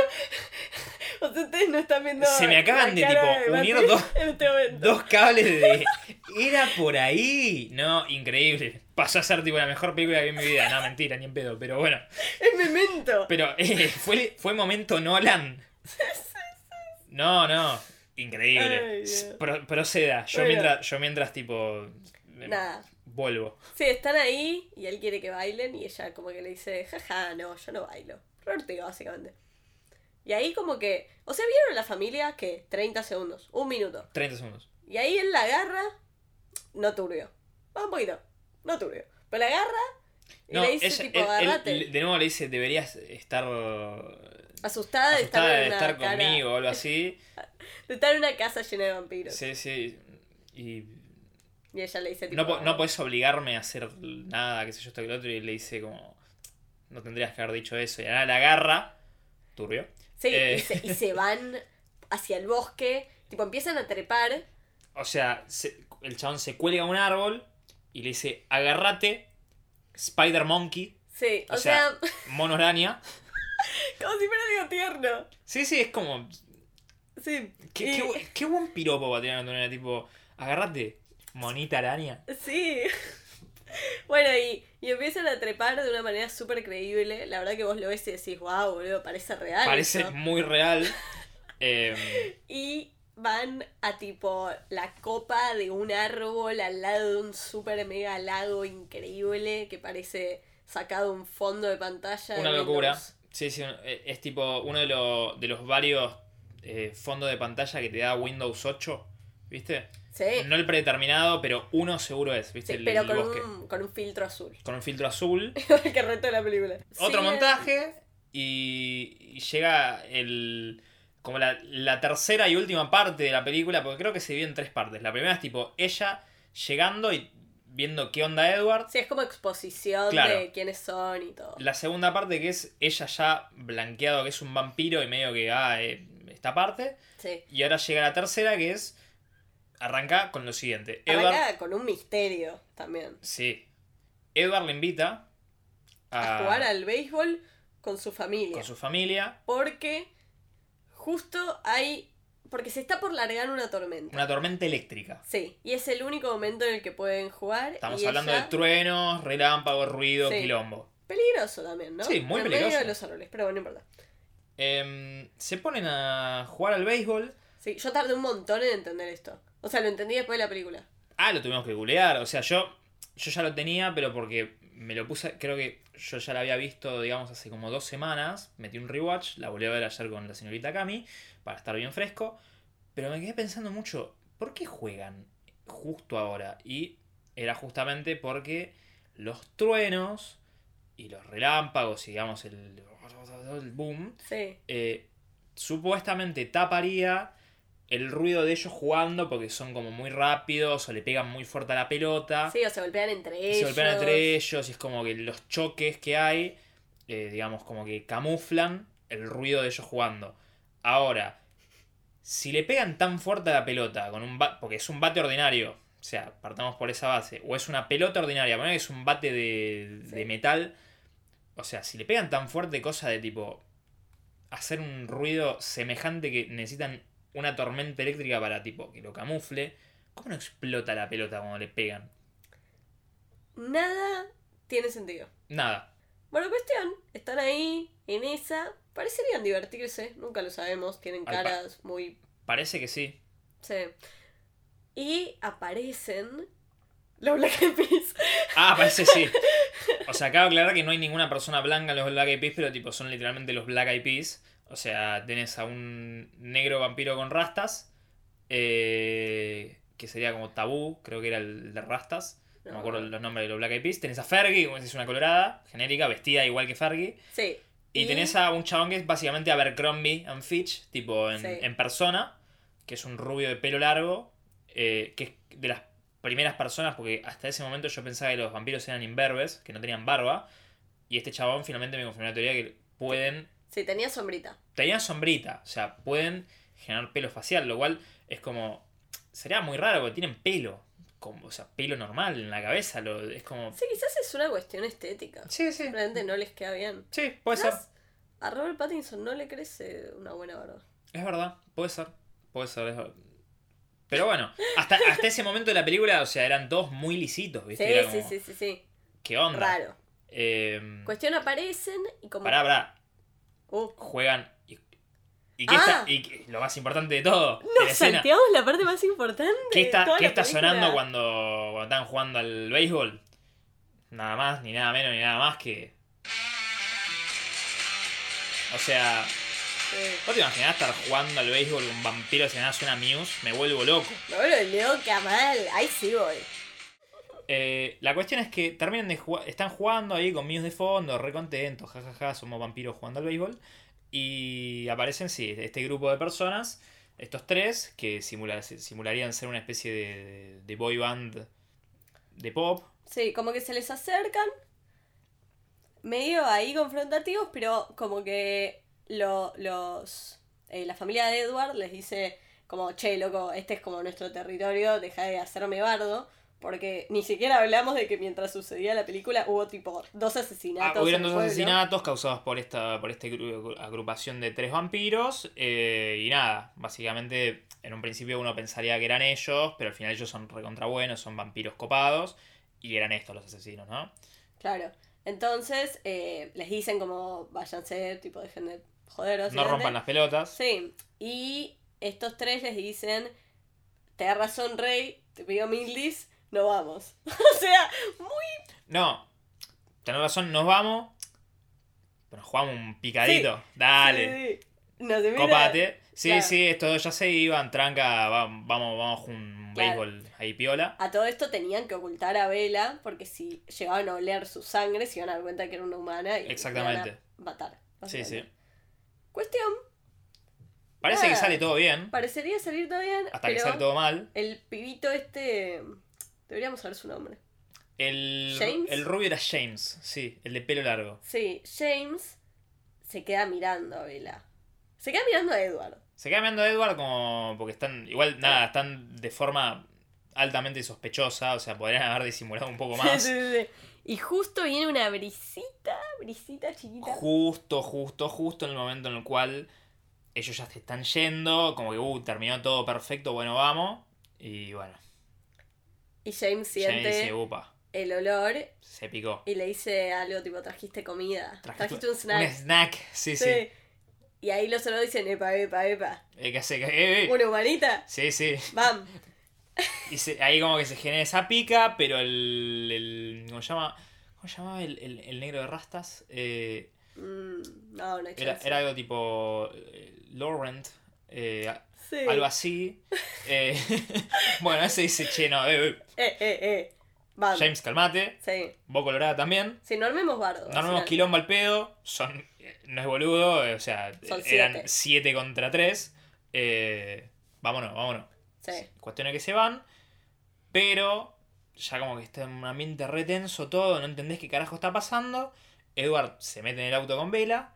Speaker 3: O sea, ustedes no están viendo.
Speaker 2: Se me acaban
Speaker 3: la
Speaker 2: de,
Speaker 3: cara
Speaker 2: tipo,
Speaker 3: Mati
Speaker 2: unir dos-
Speaker 3: En este momento.
Speaker 2: Dos cables de. Era por ahí. No, increíble. Pasó a ser tipo la mejor película que vi en mi vida. No, mentira, ni en pedo. Pero bueno.
Speaker 3: Es memento.
Speaker 2: Pero eh, fue, fue momento Nolan. No, no. Increíble.
Speaker 3: Ay, Dios.
Speaker 2: Pro- proceda. Yo
Speaker 3: Bueno.
Speaker 2: mientras, yo mientras tipo. eh,
Speaker 3: Nada.
Speaker 2: Vuelvo.
Speaker 3: Sí, están ahí y él quiere que bailen y ella como que le dice, jaja, no, yo no bailo. Rortigo, básicamente. Y ahí como que. O sea, vieron la familia que 30 segundos, un minuto.
Speaker 2: 30 segundos.
Speaker 3: Y ahí él la agarra, no turbio. Va un poquito, no turbio. Pero la agarra y
Speaker 2: No,
Speaker 3: le dice,
Speaker 2: ella-
Speaker 3: tipo,
Speaker 2: él- él-
Speaker 3: agarrate.
Speaker 2: de nuevo le dice, deberías estar.
Speaker 3: asustada, de estar,
Speaker 2: asustada
Speaker 3: en
Speaker 2: de
Speaker 3: una
Speaker 2: estar
Speaker 3: cara-
Speaker 2: conmigo o algo así.
Speaker 3: de estar en una casa llena de vampiros.
Speaker 2: Sí, sí. Y
Speaker 3: Y ella le dice, tipo, eh.
Speaker 2: No, po- no podés obligarme a hacer nada, qué sé yo, esto que lo otro. Y le dice como, no tendrías que haber dicho eso. Y ahora la agarra, turbio.
Speaker 3: Sí,
Speaker 2: Eh.
Speaker 3: y, se, y se van hacia el bosque, tipo empiezan a trepar.
Speaker 2: O sea, se- el chabón se cuelga a un árbol y le dice, agarrate, Spider Monkey,
Speaker 3: Sí, o,
Speaker 2: O
Speaker 3: sea,
Speaker 2: sea- mono araña.
Speaker 3: como si fuera algo tierno.
Speaker 2: Sí, sí, es como,
Speaker 3: Sí.
Speaker 2: qué,
Speaker 3: y-
Speaker 2: qué bu- qué buen piropo va a tener Antonella, tipo, agarrate, monita araña.
Speaker 3: Sí. Bueno, y, y empiezan a trepar de una manera súper creíble. La verdad que vos lo ves y decís, wow, boludo, parece real.
Speaker 2: Parece
Speaker 3: Ah, eso".
Speaker 2: muy real. Em,
Speaker 3: Y van a tipo la copa de un árbol al lado de un súper mega lago increíble que parece sacado de un fondo de pantalla. de
Speaker 2: Una locura.
Speaker 3: Windows.
Speaker 2: Sí, sí, un- eh, es tipo uno de, lo- de los varios eh, fondos de pantalla que te da Windows 8, ¿viste?
Speaker 3: Sí,
Speaker 2: No el predeterminado, pero uno seguro es,
Speaker 3: Eh. sí,
Speaker 2: ¿viste? el,
Speaker 3: pero
Speaker 2: el
Speaker 3: con
Speaker 2: bosque.
Speaker 3: un, con un filtro azul.
Speaker 2: Con un filtro azul.
Speaker 3: Igual que el resto de la película.
Speaker 2: Otro
Speaker 3: Siguen-
Speaker 2: montaje y, y llega el como la, la tercera y última parte de la película, porque creo que se divide en tres partes. La primera es tipo ella llegando y viendo qué onda Edward.
Speaker 3: Sí, es como exposición de
Speaker 2: Claro.
Speaker 3: quiénes son y todo.
Speaker 2: La segunda parte que es ella ya blanqueado que es un vampiro y medio que ah, eh, esta parte.
Speaker 3: Sí.
Speaker 2: Y ahora llega la tercera que es. Arranca con lo siguiente. Edward.
Speaker 3: Arranca con un misterio también.
Speaker 2: Sí. Edward le invita a,
Speaker 3: A jugar al béisbol con su familia.
Speaker 2: Ah. con su familia.
Speaker 3: Porque justo hay. Porque se está por largar una tormenta.
Speaker 2: Una tormenta eléctrica.
Speaker 3: Sí, y es el único momento en el que pueden jugar.
Speaker 2: Estamos
Speaker 3: y
Speaker 2: hablando
Speaker 3: ella-
Speaker 2: de truenos, relámpagos, ruido,
Speaker 3: Sí.
Speaker 2: quilombo.
Speaker 3: Peligroso también, ¿no?
Speaker 2: Sí, muy
Speaker 3: En medio
Speaker 2: peligroso.
Speaker 3: de los árboles, pero bueno, no importa.
Speaker 2: Em, se ponen a jugar al béisbol.
Speaker 3: Sí, yo tardé un montón en entender esto. O sea, lo entendí después de la película.
Speaker 2: Ah, lo tuvimos que googlear. O sea, yo, yo ya lo tenía, pero porque me lo puse. Creo que yo ya la había visto, digamos, hace como dos semanas. Metí un rewatch, la volví a ver ayer con la señorita Cami, para estar bien fresco. Pero me quedé pensando mucho, ¿por qué juegan? justo ahora. Y era justamente porque los truenos y los relámpagos, y, digamos, el, el boom,
Speaker 3: Sí.
Speaker 2: eh, supuestamente taparía el ruido de ellos jugando porque son como muy rápidos o le pegan muy fuerte a la pelota.
Speaker 3: Sí, o se golpean entre
Speaker 2: Y
Speaker 3: ellos.
Speaker 2: se golpean entre ellos y es como que los choques que hay, eh, digamos, como que camuflan el ruido de ellos jugando. Ahora, si le pegan tan fuerte a la pelota, con un ba- porque es un bate ordinario, o sea, partamos por esa base, o es una pelota ordinaria, bueno, es un bate de, de
Speaker 3: Sí.
Speaker 2: metal, o sea, si le pegan tan fuerte cosa de tipo hacer un ruido semejante que necesitan una tormenta eléctrica para tipo que lo camufle, ¿cómo no explota la pelota cuando le pegan?
Speaker 3: Nada tiene sentido.
Speaker 2: Nada.
Speaker 3: Bueno, cuestión, están ahí, en esa. Parecerían divertirse, nunca lo sabemos. Tienen
Speaker 2: Al pa-
Speaker 3: caras muy
Speaker 2: Parece que sí.
Speaker 3: Sí. Y aparecen los Black Eyed Peas.
Speaker 2: Ah, parece sí. O sea, acabo de aclarar que no hay ninguna persona blanca en los Black Eyed Peas, pero tipo son literalmente los Black Eyed Peas. O sea, tenés a un negro vampiro con rastas, eh, que sería como Tabú, creo que era el de rastas. No me acuerdo los nombres de los Black Eyed Peas. Tenés a Fergie, como es una colorada, genérica, vestida igual que Fergie.
Speaker 3: Sí.
Speaker 2: Y, tenés a un chabón que es básicamente Abercrombie and Fitch, tipo en,
Speaker 3: Sí.
Speaker 2: en persona, que es un rubio de pelo largo, eh, que es de las primeras personas, porque hasta ese momento yo pensaba que los vampiros eran imberbes, que no tenían barba, y este chabón finalmente me confirmó la teoría que pueden,
Speaker 3: Sí, tenía sombrita.
Speaker 2: tenían sombrita, o sea, pueden generar pelo facial, lo cual es como, sería muy raro porque tienen pelo, como, o sea, pelo normal en la cabeza, lo, es como...
Speaker 3: Sí, quizás es una cuestión estética.
Speaker 2: Sí, sí,
Speaker 3: Simplemente no les queda bien.
Speaker 2: sí, puede ser.
Speaker 3: Quizás A Robert Pattinson no le crece una buena barba.
Speaker 2: Es verdad, puede ser, puede ser. es ver- Pero bueno, hasta, hasta ese momento de la película, o sea, eran dos muy lisitos,
Speaker 3: Sí,
Speaker 2: ¿viste? Era
Speaker 3: sí,
Speaker 2: como,
Speaker 3: sí, sí, sí.
Speaker 2: ¿Qué onda?
Speaker 3: Raro.
Speaker 2: Eh,
Speaker 3: Cuestión aparecen y como.
Speaker 2: pará, pará,
Speaker 3: Uh,
Speaker 2: juegan. ¿Y, y qué
Speaker 3: Ah.
Speaker 2: está- y qué- lo más importante de todo? de la
Speaker 3: nos
Speaker 2: escena,
Speaker 3: salteamos la parte más importante.
Speaker 2: ¿Qué está,
Speaker 3: de toda
Speaker 2: qué
Speaker 3: la
Speaker 2: está
Speaker 3: película.
Speaker 2: sonando cuando, cuando están jugando al béisbol? Nada más, ni nada menos, ni nada más que. O sea,
Speaker 3: Sí.
Speaker 2: ¿vos te imaginás estar jugando al béisbol con vampiros y nada suena Muse? Me vuelvo loco.
Speaker 3: Me vuelvo loca mal. Ahí sí voy.
Speaker 2: Eh, la cuestión es que terminan de jugar, están jugando ahí con míos de fondo, re contentos, jajaja, somos vampiros jugando al béisbol. Y aparecen, sí, este grupo de personas, estos tres, que simula- simularían ser una especie de, de boy band de pop.
Speaker 3: Sí, como que se les acercan, medio ahí confrontativos, pero como que lo- los eh, la familia de Edward les dice como, che, loco, este es como nuestro territorio, deja de hacerme bardo, porque ni siquiera hablamos de que mientras sucedía la película hubo tipo dos
Speaker 2: Ah,
Speaker 3: asesinatos.
Speaker 2: hubieron
Speaker 3: en
Speaker 2: dos
Speaker 3: el pueblo.
Speaker 2: asesinatos causados por esta por esta agru- agrupación de tres vampiros. eh, y nada, básicamente en un principio uno pensaría que eran ellos, pero al final ellos son recontra buenos, son vampiros copados. Y eran estos los asesinos, ¿no?
Speaker 3: Claro. Entonces eh, les dicen como, váyanse, tipo, dejen de joderos.
Speaker 2: No rompan las pelotas.
Speaker 3: Sí, y estos tres les dicen, te da razón Rey, te pido mil dis, no vamos. o sea, muy...
Speaker 2: No, tenés razón, nos vamos. Pero jugamos un picadito. Dale,
Speaker 3: Sí, sí. No se mira.
Speaker 2: copate. Sí,
Speaker 3: Claro.
Speaker 2: sí, estos dos ya se iban, tranca, va- vamos, vamos a jugar un
Speaker 3: Claro.
Speaker 2: béisbol ahí piola.
Speaker 3: A todo esto tenían que ocultar a Vela porque si llegaban a oler su sangre se iban a dar cuenta que era una humana y
Speaker 2: Exactamente.
Speaker 3: la iban a matar.
Speaker 2: Sí, sí.
Speaker 3: básicamente. Cuestión,
Speaker 2: Parece que
Speaker 3: Nada.
Speaker 2: sale todo bien,
Speaker 3: parecería salir todo bien,
Speaker 2: hasta
Speaker 3: pero
Speaker 2: que sale todo mal.
Speaker 3: el pibito este, deberíamos saber su nombre.
Speaker 2: El,
Speaker 3: ¿James?
Speaker 2: el rubio era James, sí, el de pelo largo.
Speaker 3: Sí, James se queda mirando a Vela. Se queda mirando a Edward.
Speaker 2: Se queda mirando a Edward como. porque están. igual, nada, están de forma altamente sospechosa, o sea, podrían haber disimulado un poco más.
Speaker 3: Sí, sí, sí. Y justo viene una brisita, brisita chiquita.
Speaker 2: Justo, justo, justo en el momento en el cual ellos ya se están yendo, como que, uh, terminó todo perfecto, bueno, vamos. Y bueno,
Speaker 3: Y James
Speaker 2: Jenny
Speaker 3: siente
Speaker 2: dice, upa,
Speaker 3: el olor
Speaker 2: se picó.
Speaker 3: y le dice algo tipo, trajiste comida, trajiste, un snack.
Speaker 2: Un snack, sí, sí.
Speaker 3: Sí. Y ahí los otros dicen, epa, epa, epa.
Speaker 2: Eh, que hace que- eh, eh.
Speaker 3: Una humanita,
Speaker 2: Sí, sí.
Speaker 3: bam.
Speaker 2: Y se- ahí como que se genera esa pica, pero el. el- ¿Cómo se llama? ¿Cómo se llamaba el, el- el negro de rastas? Eh,
Speaker 3: Mm, no, no hay
Speaker 2: era,
Speaker 3: chance.
Speaker 2: era algo tipo. eh, Laurent. eh, a-
Speaker 3: Sí.
Speaker 2: algo así. Eh, bueno, ese dice, che, no, eh, eh,
Speaker 3: Eh, eh, eh. Bardo.
Speaker 2: James, calmate.
Speaker 3: Sí.
Speaker 2: Vos colorada también.
Speaker 3: Sí, no armemos bardo.
Speaker 2: No armemos
Speaker 3: kilos.
Speaker 2: quilombo al pedo. Son, eh, no es boludo, eh, o sea,
Speaker 3: Son
Speaker 2: eran
Speaker 3: siete.
Speaker 2: 7 contra 3. vámonos, vámonos.
Speaker 3: Sí.
Speaker 2: Cuestión es que se van, pero ya como que está en un ambiente retenso todo, no entendés qué carajo está pasando. Edward se mete en el auto con Vela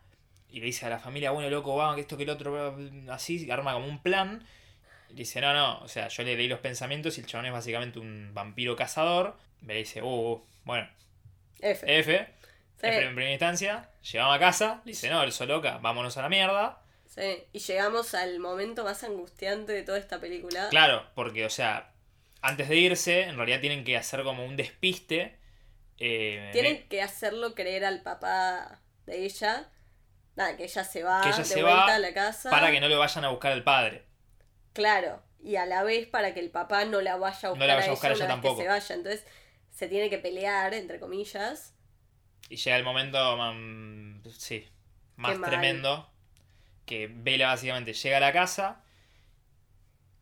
Speaker 2: y le dice a la familia, bueno, loco, vamos, que esto, que el otro, bla, bla, bla, así, arma como un plan. Y dice, no, no, o sea, yo le leí los pensamientos y el chabón es básicamente un vampiro cazador. Vela dice, uh, uh, bueno,
Speaker 3: F.
Speaker 2: F,
Speaker 3: Sí.
Speaker 2: F en primera instancia, llegamos a casa, le dice, no, el loca, vámonos a la mierda.
Speaker 3: Sí. Y llegamos al momento más angustiante de toda esta película.
Speaker 2: Claro, porque, o sea, antes de irse, en realidad tienen que hacer como un despiste. eh,
Speaker 3: Tienen que hacerlo creer al papá de ella. Nada, que ella se va
Speaker 2: Que ella
Speaker 3: de
Speaker 2: se
Speaker 3: vuelta
Speaker 2: va
Speaker 3: a la casa.
Speaker 2: para que no lo vayan a buscar al padre.
Speaker 3: Claro. Y a la vez para que el papá no la vaya a buscar,
Speaker 2: No la vaya a buscar
Speaker 3: ella
Speaker 2: a ella
Speaker 3: una vez
Speaker 2: tampoco.
Speaker 3: Que se vaya. Entonces se tiene que pelear, entre comillas.
Speaker 2: Y llega el momento, man, sí, más
Speaker 3: Qué mal.
Speaker 2: tremendo. Que Vela básicamente llega a la casa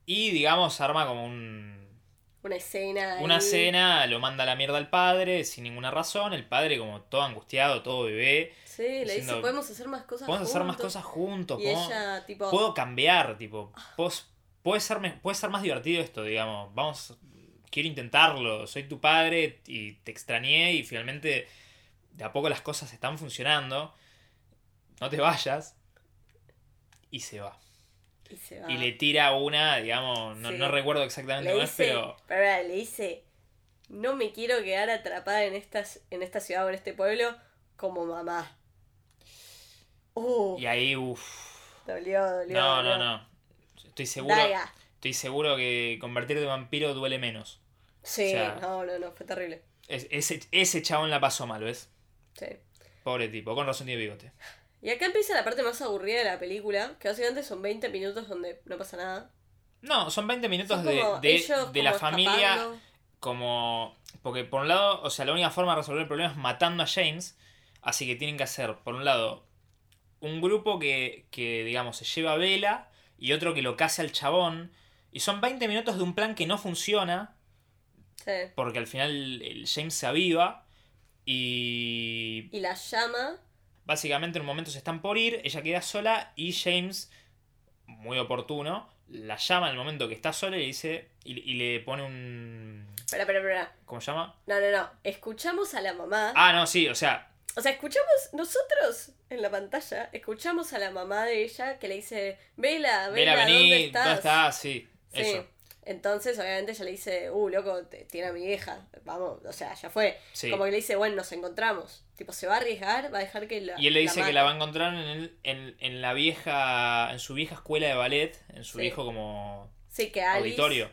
Speaker 2: y, digamos, arma como un,
Speaker 3: Una escena.
Speaker 2: una
Speaker 3: ahí.
Speaker 2: cena, lo manda a la mierda al padre sin ninguna razón. El padre, como todo angustiado, todo bebé.
Speaker 3: Sí, le dice,
Speaker 2: diciendo,
Speaker 3: podemos hacer más cosas
Speaker 2: Podemos hacer más
Speaker 3: juntos".
Speaker 2: cosas juntos.
Speaker 3: Y
Speaker 2: podemos-
Speaker 3: ella, tipo,
Speaker 2: puedo cambiar, tipo, pos- puede ser, me- puede ser más divertido esto, digamos, vamos, quiero intentarlo, soy tu padre y te extrañé y finalmente de a poco las cosas están funcionando, no te vayas. Y se va.
Speaker 3: y se va.
Speaker 2: Y le tira una, digamos, no,
Speaker 3: Ah. Sí.
Speaker 2: no recuerdo exactamente
Speaker 3: Le
Speaker 2: cómo es,
Speaker 3: dice,
Speaker 2: pero
Speaker 3: pará, le dice, no me quiero quedar atrapada en esta, en esta ciudad o en este pueblo como mamá. Uh,
Speaker 2: y ahí, uff.
Speaker 3: dolió, dolió.
Speaker 2: No, no,
Speaker 3: dolió.
Speaker 2: no. Estoy seguro,
Speaker 3: Daga.
Speaker 2: estoy seguro que convertirte en vampiro duele menos.
Speaker 3: Sí,
Speaker 2: O sea-
Speaker 3: no, no, no, fue terrible.
Speaker 2: Es- ese, ese chabón la pasó mal, ¿ves?
Speaker 3: Sí.
Speaker 2: Pobre tipo, con razón tiene bigote.
Speaker 3: Y acá empieza la parte más aburrida de la película, que básicamente son 20 minutos donde no pasa nada.
Speaker 2: No, son 20 minutos
Speaker 3: Son
Speaker 2: de,
Speaker 3: como
Speaker 2: de-
Speaker 3: ellos
Speaker 2: de la
Speaker 3: como
Speaker 2: familia
Speaker 3: escapando.
Speaker 2: como... Porque por un lado, o sea, la única forma de resolver el problema es matando a James. Así que tienen que hacer, por un lado, un grupo que, que digamos, se lleva a Vela y otro que lo case al chabón. Y son 20 minutos de un plan que no funciona
Speaker 3: Sí.
Speaker 2: porque al final el James se aviva y
Speaker 3: Y la llama.
Speaker 2: Básicamente en un momento se están por ir, ella queda sola y James, muy oportuno, la llama en el momento que está sola y le dice. Y, y le pone un.
Speaker 3: Espera, espera, espera.
Speaker 2: ¿Cómo se llama?
Speaker 3: No, no, no. Escuchamos a la mamá.
Speaker 2: Ah, no, sí, o sea,
Speaker 3: O sea, escuchamos nosotros en la pantalla, escuchamos a la mamá de ella que le dice, Vela,
Speaker 2: Vela,
Speaker 3: Vela,
Speaker 2: vení,
Speaker 3: ¿dónde estás?
Speaker 2: ¿dónde estás? Sí,
Speaker 3: Sí.
Speaker 2: eso.
Speaker 3: Entonces, obviamente, ella le dice, uh, loco, te- tiene a mi vieja. Vamos, o sea, ya fue.
Speaker 2: Sí.
Speaker 3: Como que le dice, bueno, nos encontramos. Tipo, se va a arriesgar, va a dejar que la.
Speaker 2: Y él le dice que
Speaker 3: mate.
Speaker 2: la va a encontrar en, el- en, en la vieja. en su vieja escuela de ballet, en su
Speaker 3: Sí.
Speaker 2: viejo como
Speaker 3: Sí, que Alice.
Speaker 2: auditorio.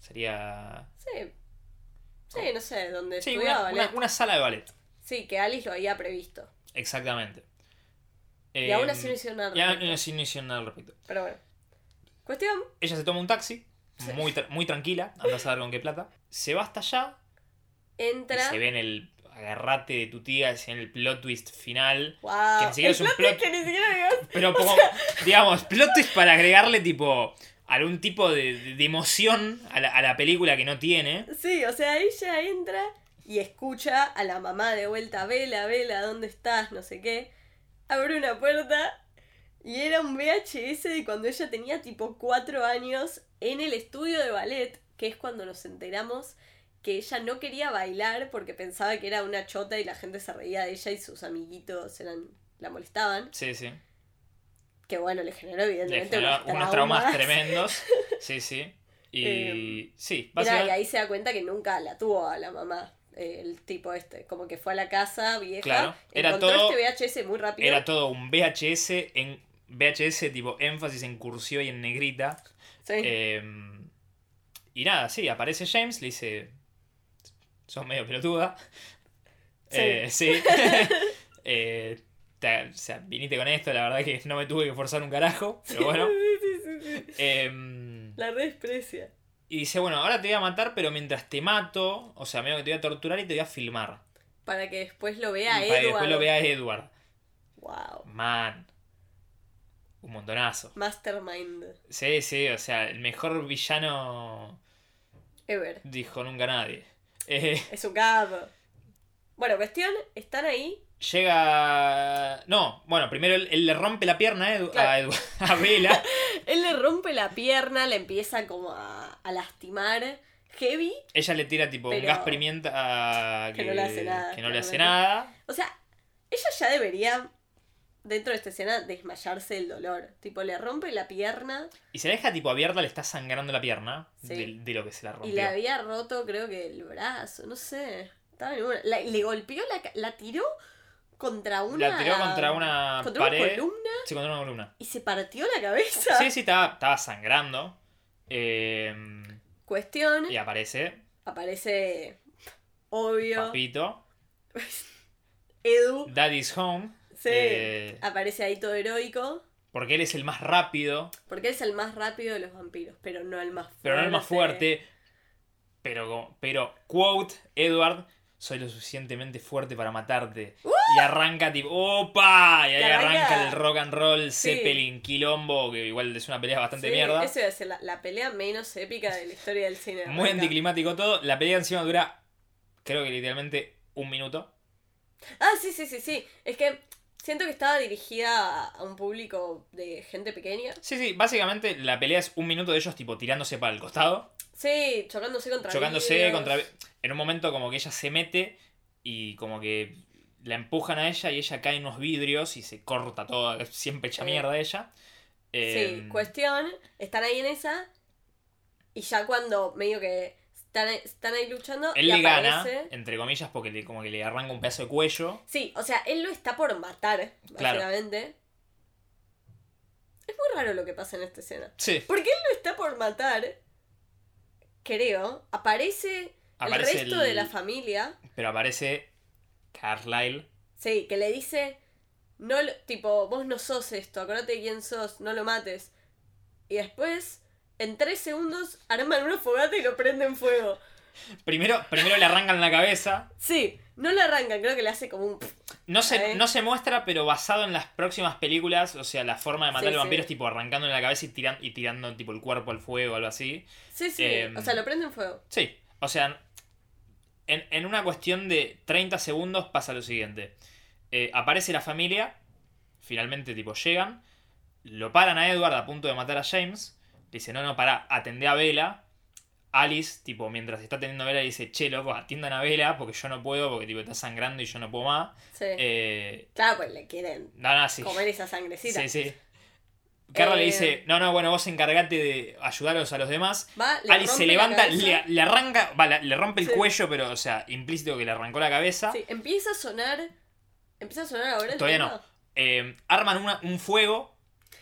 Speaker 2: Sería.
Speaker 3: Sí. Sí, no sé, donde
Speaker 2: Sí, una-
Speaker 3: estudiaba.
Speaker 2: una-
Speaker 3: ¿no?
Speaker 2: una sala de ballet.
Speaker 3: Sí, que Alice lo había previsto.
Speaker 2: Exactamente. Em,
Speaker 3: Y aún así no hicieron nada al
Speaker 2: Y eh. aún
Speaker 3: respecto.
Speaker 2: así no hicieron nada al respecto.
Speaker 3: Pero bueno. Cuestión,
Speaker 2: Ella se toma un taxi,
Speaker 3: Sí.
Speaker 2: muy, tra- muy tranquila, anda a saber con qué plata. Se va hasta allá y
Speaker 3: entra.
Speaker 2: se ve en el agarrate de tu tía, es en el plot twist final.
Speaker 3: Wow.
Speaker 2: que ni siquiera
Speaker 3: El
Speaker 2: es un
Speaker 3: plot
Speaker 2: plot-
Speaker 3: twist que ni siquiera había-
Speaker 2: Pero como, digamos, plot twist para agregarle tipo algún tipo de, de- de emoción a la, a la película que no tiene.
Speaker 3: Sí, o sea, ella entra y escucha a la mamá de vuelta, vela, vela, ¿dónde estás? No sé qué. Abre una puerta y era un VHS de cuando ella tenía tipo 4 años en el estudio de ballet, que es cuando nos enteramos que ella no quería bailar porque pensaba que era una chota y la gente se reía de ella y sus amiguitos eran la molestaban,
Speaker 2: Sí, sí.
Speaker 3: que bueno, le generó
Speaker 2: Le
Speaker 3: evidentemente
Speaker 2: generó
Speaker 3: unos
Speaker 2: unos traumas
Speaker 3: traumas.
Speaker 2: tremendos. Sí, sí. Y
Speaker 3: Eh,
Speaker 2: sí,
Speaker 3: Y nada, y
Speaker 2: básicamente.
Speaker 3: ahí se da cuenta que nunca la tuvo a la mamá, eh, el tipo este. Como que fue a la casa vieja,
Speaker 2: Claro, era
Speaker 3: encontró
Speaker 2: todo-
Speaker 3: este VHS muy rápido.
Speaker 2: Era todo un VHS en VHS tipo énfasis en cursiva y en negrita.
Speaker 3: Sí.
Speaker 2: Eh, y nada, sí, aparece James, le dice. Sos medio pelotuda.
Speaker 3: Sí.
Speaker 2: Eh, sí. Eh, te- o sea, viniste con esto, la verdad que no me tuve que forzar un carajo, pero bueno.
Speaker 3: Sí, sí, sí, sí.
Speaker 2: Eh,
Speaker 3: La desprecia.
Speaker 2: y dice, bueno, ahora te voy a matar, pero mientras te mato, o sea, medio que te voy a torturar y te voy a filmar.
Speaker 3: Para que después lo vea
Speaker 2: y para que
Speaker 3: Edward.
Speaker 2: después lo vea Edward.
Speaker 3: Wow.
Speaker 2: Man. Un montonazo.
Speaker 3: Mastermind
Speaker 2: Sí, sí, o sea, el mejor villano
Speaker 3: ever.
Speaker 2: dijo nunca nadie. Eh,
Speaker 3: Es un capo. Bueno, cuestión, están ahí.
Speaker 2: llega. No, bueno, primero él, él le rompe la pierna a, Edu- a,
Speaker 3: Claro.
Speaker 2: Edu- a Bella.
Speaker 3: Él le rompe la pierna, le empieza como a, a lastimar. Heavy.
Speaker 2: Ella le tira tipo un
Speaker 3: Pero-
Speaker 2: gas pimienta a-
Speaker 3: que no le hace nada,
Speaker 2: que no le hace
Speaker 3: claramente.
Speaker 2: nada.
Speaker 3: O sea, ella ya debería, dentro de esta escena, desmayarse del dolor. Tipo, le rompe la pierna
Speaker 2: Y se la deja tipo abierta, le está sangrando la pierna
Speaker 3: Sí.
Speaker 2: de, de lo que se la
Speaker 3: y
Speaker 2: rompió.
Speaker 3: le había roto, creo que el brazo, no sé. Estaba en una- la- le golpeó, la, ca- la tiró contra una.
Speaker 2: La tiró contra una
Speaker 3: contra
Speaker 2: pared.
Speaker 3: columna Ah.
Speaker 2: Sí, contra una columna.
Speaker 3: y se partió la cabeza.
Speaker 2: Sí, sí, estaba, estaba sangrando. Eh,
Speaker 3: Cuestión,
Speaker 2: y aparece
Speaker 3: aparece. Obvio.
Speaker 2: Papito.
Speaker 3: Edu.
Speaker 2: Daddy's Home.
Speaker 3: Sí.
Speaker 2: Eh,
Speaker 3: Aparece ahí todo heroico.
Speaker 2: porque él es el más rápido,
Speaker 3: Porque él es el más rápido de los vampiros, pero no el más fuerte.
Speaker 2: pero no el más fuerte. Pero, como- pero, quote, Edward, soy lo suficientemente fuerte para matarte. Y arranca tipo, ¡opa! Y ahí
Speaker 3: ¡Uh! Te arranca-
Speaker 2: arranca el rock and roll,
Speaker 3: Sí.
Speaker 2: Zeppelin, Quilombo, que igual es una pelea bastante
Speaker 3: Sí,
Speaker 2: mierda.
Speaker 3: Eso iba a ser la, la pelea menos épica de la historia del cine.
Speaker 2: Muy
Speaker 3: Acá.
Speaker 2: anticlimático todo. La pelea encima dura, creo que literalmente, un minuto.
Speaker 3: Ah, sí, sí, sí, sí. Es que siento que estaba dirigida a- a un público de gente pequeña.
Speaker 2: Sí, sí, básicamente la pelea es un minuto de ellos tipo tirándose para el costado.
Speaker 3: Sí, chocándose contra
Speaker 2: chocándose
Speaker 3: vidrios.
Speaker 2: contra en un momento como que ella se mete y como que la empujan a ella y ella cae en unos vidrios y se corta toda siempre hecha
Speaker 3: Sí.
Speaker 2: mierda ella
Speaker 3: Sí,
Speaker 2: Eh,
Speaker 3: cuestión, están ahí en esa y ya cuando medio que están, están ahí luchando
Speaker 2: él
Speaker 3: y
Speaker 2: le gana
Speaker 3: aparece...
Speaker 2: entre comillas porque le, como que le arranca un pedazo de cuello
Speaker 3: Sí, o sea, él lo está por matar,
Speaker 2: Claro.
Speaker 3: básicamente. Es muy raro lo que pasa en esta escena.
Speaker 2: sí
Speaker 3: Porque él lo está por matar, creo, aparece,
Speaker 2: Aparece
Speaker 3: el resto
Speaker 2: el-
Speaker 3: de la familia,
Speaker 2: pero aparece Carlyle
Speaker 3: sí, que le dice, no, lo- tipo, vos no sos esto, acordate de quién sos, no lo mates. Y después, en tres segundos, arman una fogata y lo prenden fuego.
Speaker 2: primero primero le arrancan la cabeza
Speaker 3: Sí, no lo arrancan, creo que le hace como un... pf.
Speaker 2: no se,
Speaker 3: Ahí.
Speaker 2: no se muestra, pero basado en las próximas películas, o sea, la forma de matar
Speaker 3: Sí,
Speaker 2: al vampiro
Speaker 3: sí.
Speaker 2: es tipo arrancando en la cabeza y, tiran, y tirando tipo el cuerpo al fuego o algo así.
Speaker 3: Sí, sí,
Speaker 2: Em.
Speaker 3: o sea, lo prenden fuego.
Speaker 2: Sí, o sea, en, en una cuestión de 30 segundos pasa lo siguiente. Eh, aparece la familia, finalmente tipo llegan, lo paran a Edward a punto de matar a James, le dice, no, no, pará, atendé a Vela. Alice, tipo, mientras está atendiendo a Vela, dice, che, loco, atiendan a Vela porque yo no puedo, porque tipo está sangrando y yo no puedo más.
Speaker 3: Sí.
Speaker 2: Eh,
Speaker 3: Claro, pues le quieren
Speaker 2: no, no, sí.
Speaker 3: comer esa sangrecita.
Speaker 2: Sí, sí. Carla le
Speaker 3: Eh,
Speaker 2: dice, no, no, bueno, vos encargate de ayudaros a los demás.
Speaker 3: Va, le
Speaker 2: Alice
Speaker 3: rompe
Speaker 2: se
Speaker 3: la
Speaker 2: levanta,
Speaker 3: cabeza.
Speaker 2: le, le arranca, va, la- le rompe el
Speaker 3: Sí.
Speaker 2: cuello, pero, o sea, implícito que le arrancó la cabeza.
Speaker 3: Sí, empieza a sonar. Empieza a sonar ahora el
Speaker 2: Todavía no.
Speaker 3: tema.
Speaker 2: Eh, arman una- un fuego,